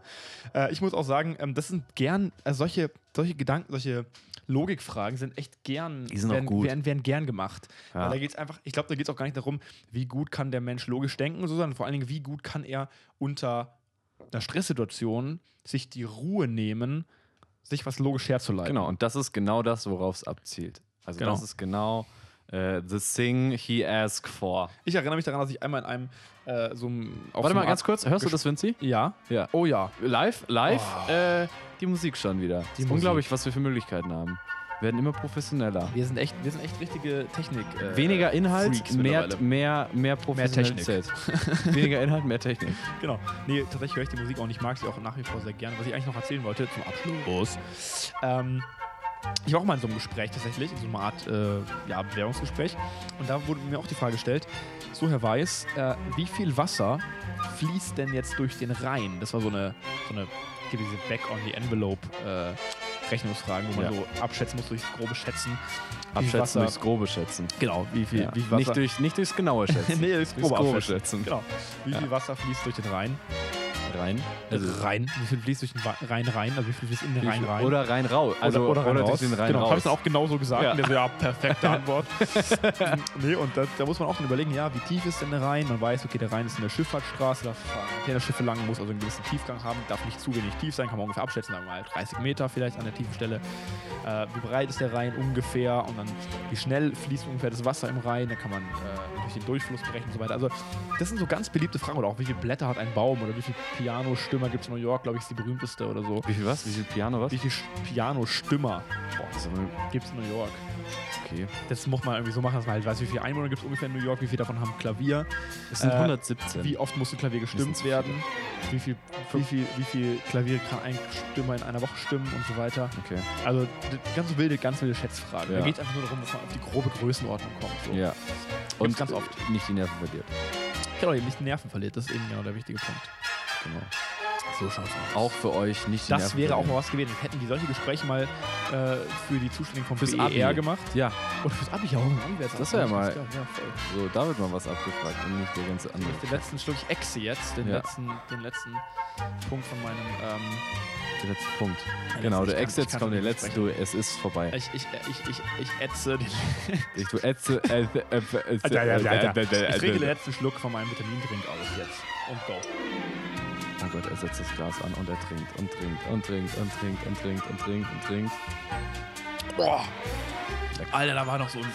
Speaker 2: Äh, ich muss auch sagen, ähm, das sind gern, also solche, solche Gedanken, solche Logikfragen sind echt gern,
Speaker 1: Die sind auch
Speaker 2: werden,
Speaker 1: gut.
Speaker 2: Werden, werden gern gemacht.
Speaker 1: Ja.
Speaker 2: Weil da geht's einfach, ich glaube, da geht es auch gar nicht darum, wie gut kann der Mensch logisch denken, sondern vor allen Dingen, wie gut kann er unter einer Stresssituation sich die Ruhe nehmen, sich was logisch herzuleiten.
Speaker 1: Genau, und das ist genau das, worauf es abzielt. Also,
Speaker 2: Genau.
Speaker 1: das ist genau äh, the thing he asked for.
Speaker 2: Ich erinnere mich daran, dass ich einmal in einem äh, so einem auf
Speaker 1: Warte
Speaker 2: so
Speaker 1: mal
Speaker 2: einem
Speaker 1: ganz kurz, hörst du das, Vinci?
Speaker 2: Ja.
Speaker 1: Ja.
Speaker 2: Oh ja.
Speaker 1: Live, live, äh, die Musik schon wieder.
Speaker 2: Oh. Die
Speaker 1: ist unglaublich, was wir für Möglichkeiten haben. Wir werden immer professioneller.
Speaker 2: Wir sind echt, wir sind echt richtige Technik. äh,
Speaker 1: Weniger Inhalt,
Speaker 2: Freaks
Speaker 1: mehr,
Speaker 2: mittlerweile.
Speaker 1: mehr, mehr Professionalität. Weniger Inhalt, mehr Technik.
Speaker 2: Genau. Nee, tatsächlich höre ich die Musik auch und ich mag sie auch nach wie vor sehr gerne. Was ich eigentlich noch erzählen wollte zum Abschluss. Ähm, ich war auch mal in so einem Gespräch tatsächlich, in so einer Art äh, ja, Bewerbungsgespräch. Und da wurde mir auch die Frage gestellt: So, Herr Weiß, äh, wie viel Wasser fließt denn jetzt durch den Rhein? Das war so eine, so eine gibt diese Back-on-the-Envelope-Rechnungsfragen, wo man
Speaker 1: Ja.
Speaker 2: so abschätzen muss, durch grobe Schätzen. wie viel
Speaker 1: Abschätzen
Speaker 2: Wasser-
Speaker 1: durchs Grobe schätzen.
Speaker 2: Genau, wie viel,
Speaker 1: Ja.
Speaker 2: wie viel Wasser.
Speaker 1: nicht, durch, nicht durchs genaue Schätzen.
Speaker 2: nee, das ist
Speaker 1: durchs
Speaker 2: grobe
Speaker 1: Grobe
Speaker 2: Abschätzen.
Speaker 1: schätzen.
Speaker 2: Genau. Wie viel
Speaker 1: Ja.
Speaker 2: Wasser fließt durch den Rhein?
Speaker 1: Rein. Also,
Speaker 2: Rhein. Wie viel fließt durch den Wa- Rhein rein? Also wie viel fließt in den
Speaker 1: wie
Speaker 2: Rhein
Speaker 1: viel-
Speaker 2: rein?
Speaker 1: Oder rein raus. Also, oder, durch den Rhein
Speaker 2: genau, habe
Speaker 1: raus.
Speaker 2: ich dann auch genauso gesagt.
Speaker 1: Ja.
Speaker 2: Ja, und der so, ja perfekte Antwort. nee, und das, da muss man auch dann überlegen, ja, wie tief ist denn der Rhein? Man weiß, okay, der Rhein ist in der Schifffahrtsstraße, da fahren Containerschiffe lang, muss also einen gewissen Tiefgang haben, darf nicht zu wenig tief sein, kann man ungefähr abschätzen, sagen wir mal 30 Meter vielleicht an der tiefen Stelle. Äh, wie breit ist der Rhein ungefähr und dann wie schnell fließt ungefähr das Wasser im Rhein, da kann man äh, durch den Durchfluss berechnen und so weiter. Also das sind so ganz beliebte Fragen oder auch wie viele Blätter hat ein Baum oder wie viele Pianostimmer gibt es in New York, glaube ich, ist die berühmteste oder so.
Speaker 1: Wie viel was? Wie viel Piano was?
Speaker 2: Wie viele Pianostimmer
Speaker 1: Boah, das ist aber-
Speaker 2: gibt es in New York?
Speaker 1: okay.
Speaker 2: Das muss man irgendwie so machen, dass man halt weiß, wie viele Einwohner gibt es ungefähr in New York, wie viele davon haben Klavier,
Speaker 1: Es sind
Speaker 2: Äh,
Speaker 1: 117.
Speaker 2: wie oft muss ein Klavier
Speaker 1: Das
Speaker 2: gestimmt
Speaker 1: sind viele.
Speaker 2: werden, wie viel, wie, viel, wie viel Klavier kann ein Stimmer in einer Woche stimmen und so weiter.
Speaker 1: Okay.
Speaker 2: Also d- ganz wilde, ganz wilde Schätzfragen.
Speaker 1: Ja.
Speaker 2: Da geht es einfach nur darum, dass man auf die grobe Größenordnung kommt. So.
Speaker 1: Ja. Und
Speaker 2: ganz oft.
Speaker 1: nicht die Nerven verliert.
Speaker 2: Genau, eben nicht die Nerven verliert, das ist eben genau der wichtige Punkt.
Speaker 1: Genau.
Speaker 2: So schaut's aus.
Speaker 1: Auch für euch nicht die
Speaker 2: das
Speaker 1: Nerven
Speaker 2: wäre auch mal
Speaker 1: verlieren.
Speaker 2: was gewesen. Hätten die solche Gespräche mal äh, für die Zuständigen vom
Speaker 1: Fürs
Speaker 2: fürs
Speaker 1: Abi.
Speaker 2: BER gemacht.
Speaker 1: Ja,
Speaker 2: Oder fürs Abi, ja, auch. Abi wär's
Speaker 1: Das
Speaker 2: auch
Speaker 1: wär
Speaker 2: nicht
Speaker 1: mal-
Speaker 2: ganz geil. Ja, voll.
Speaker 1: so, da wird mal was abgefragt und nicht der ganze andere.
Speaker 2: Durch den letzten Schluck, ich exe jetzt, den,
Speaker 1: Ja.
Speaker 2: letzten, den letzten Punkt von meinem. Ähm,
Speaker 1: Der letzte Punkt. Genau,
Speaker 2: ich
Speaker 1: du
Speaker 2: kann-
Speaker 1: ex
Speaker 2: ich
Speaker 1: jetzt
Speaker 2: kann
Speaker 1: kommt der
Speaker 2: nicht
Speaker 1: letzte,
Speaker 2: sprechen.
Speaker 1: du, es ist vorbei.
Speaker 2: Ich, ich, ich, ich, ich ätze den.
Speaker 1: Ich, du ätze, äh, äh, äh, äh,
Speaker 2: ich trinke den
Speaker 1: äh, äh,
Speaker 2: letzten Schluck von meinem Vitamintrink aus jetzt. Und go.
Speaker 1: Oh Gott, er setzt das Glas an und er trinkt und trinkt und trinkt und trinkt und trinkt und trinkt und trinkt.
Speaker 2: Boah. Alter, da war noch so ein.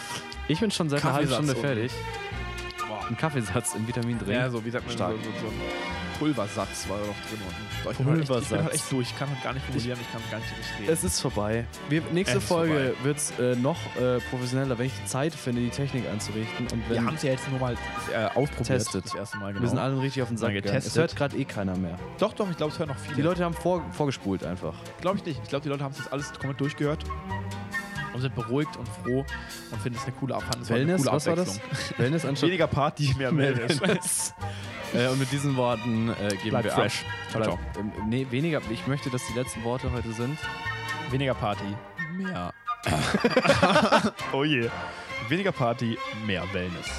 Speaker 1: Ich bin schon seit einer halben Stunde
Speaker 2: Kaffeesatz
Speaker 1: fertig.
Speaker 2: Boah.
Speaker 1: Ein Kaffeesatz im Vitamin drin.
Speaker 2: Ja, so, wie sagt man
Speaker 1: Stark.
Speaker 2: so, so, so ein Pulversatz war da noch drin. Und Boah, ich bin halt echt- Ich bin
Speaker 1: Pulversatz.
Speaker 2: halt echt durch, ich kann halt gar nicht formulieren, ich kann gar nicht richtig reden.
Speaker 1: Es ist vorbei. Wir, nächste
Speaker 2: Es ist
Speaker 1: Folge wird es äh, noch äh, professioneller, wenn ich die Zeit finde, die Technik einzurichten. Und wenn
Speaker 2: Wir haben es ja jetzt nur mal äh, ausprobiert.
Speaker 1: Testet.
Speaker 2: Das erste Mal, genau.
Speaker 1: wir sind allen richtig auf den Sack
Speaker 2: Mal
Speaker 1: gegangen. Es
Speaker 2: getestet.
Speaker 1: hört gerade eh keiner mehr.
Speaker 2: doch, doch, ich glaube, es hören noch viele.
Speaker 1: Die Leute haben vor, vorgespult einfach.
Speaker 2: Glaube ich nicht. Ich glaube, die Leute haben es jetzt alles komplett durchgehört und sind beruhigt und froh und finden es eine coole Abhandlung. Es war eine
Speaker 1: Wellness,
Speaker 2: coole
Speaker 1: was war das?
Speaker 2: Abwechslung.
Speaker 1: Wellness anstatt
Speaker 2: Weniger Party, mehr Wellness.
Speaker 1: äh, und mit diesen Worten äh, geben
Speaker 2: Bleibt
Speaker 1: wir
Speaker 2: fresh.
Speaker 1: ab.
Speaker 2: Ciao, ciao.
Speaker 1: Bleibt- Ähm, nee, weniger. Ich möchte, dass die letzten Worte heute sind.
Speaker 2: Weniger Party, mehr. oh je. Weniger Party, mehr Wellness.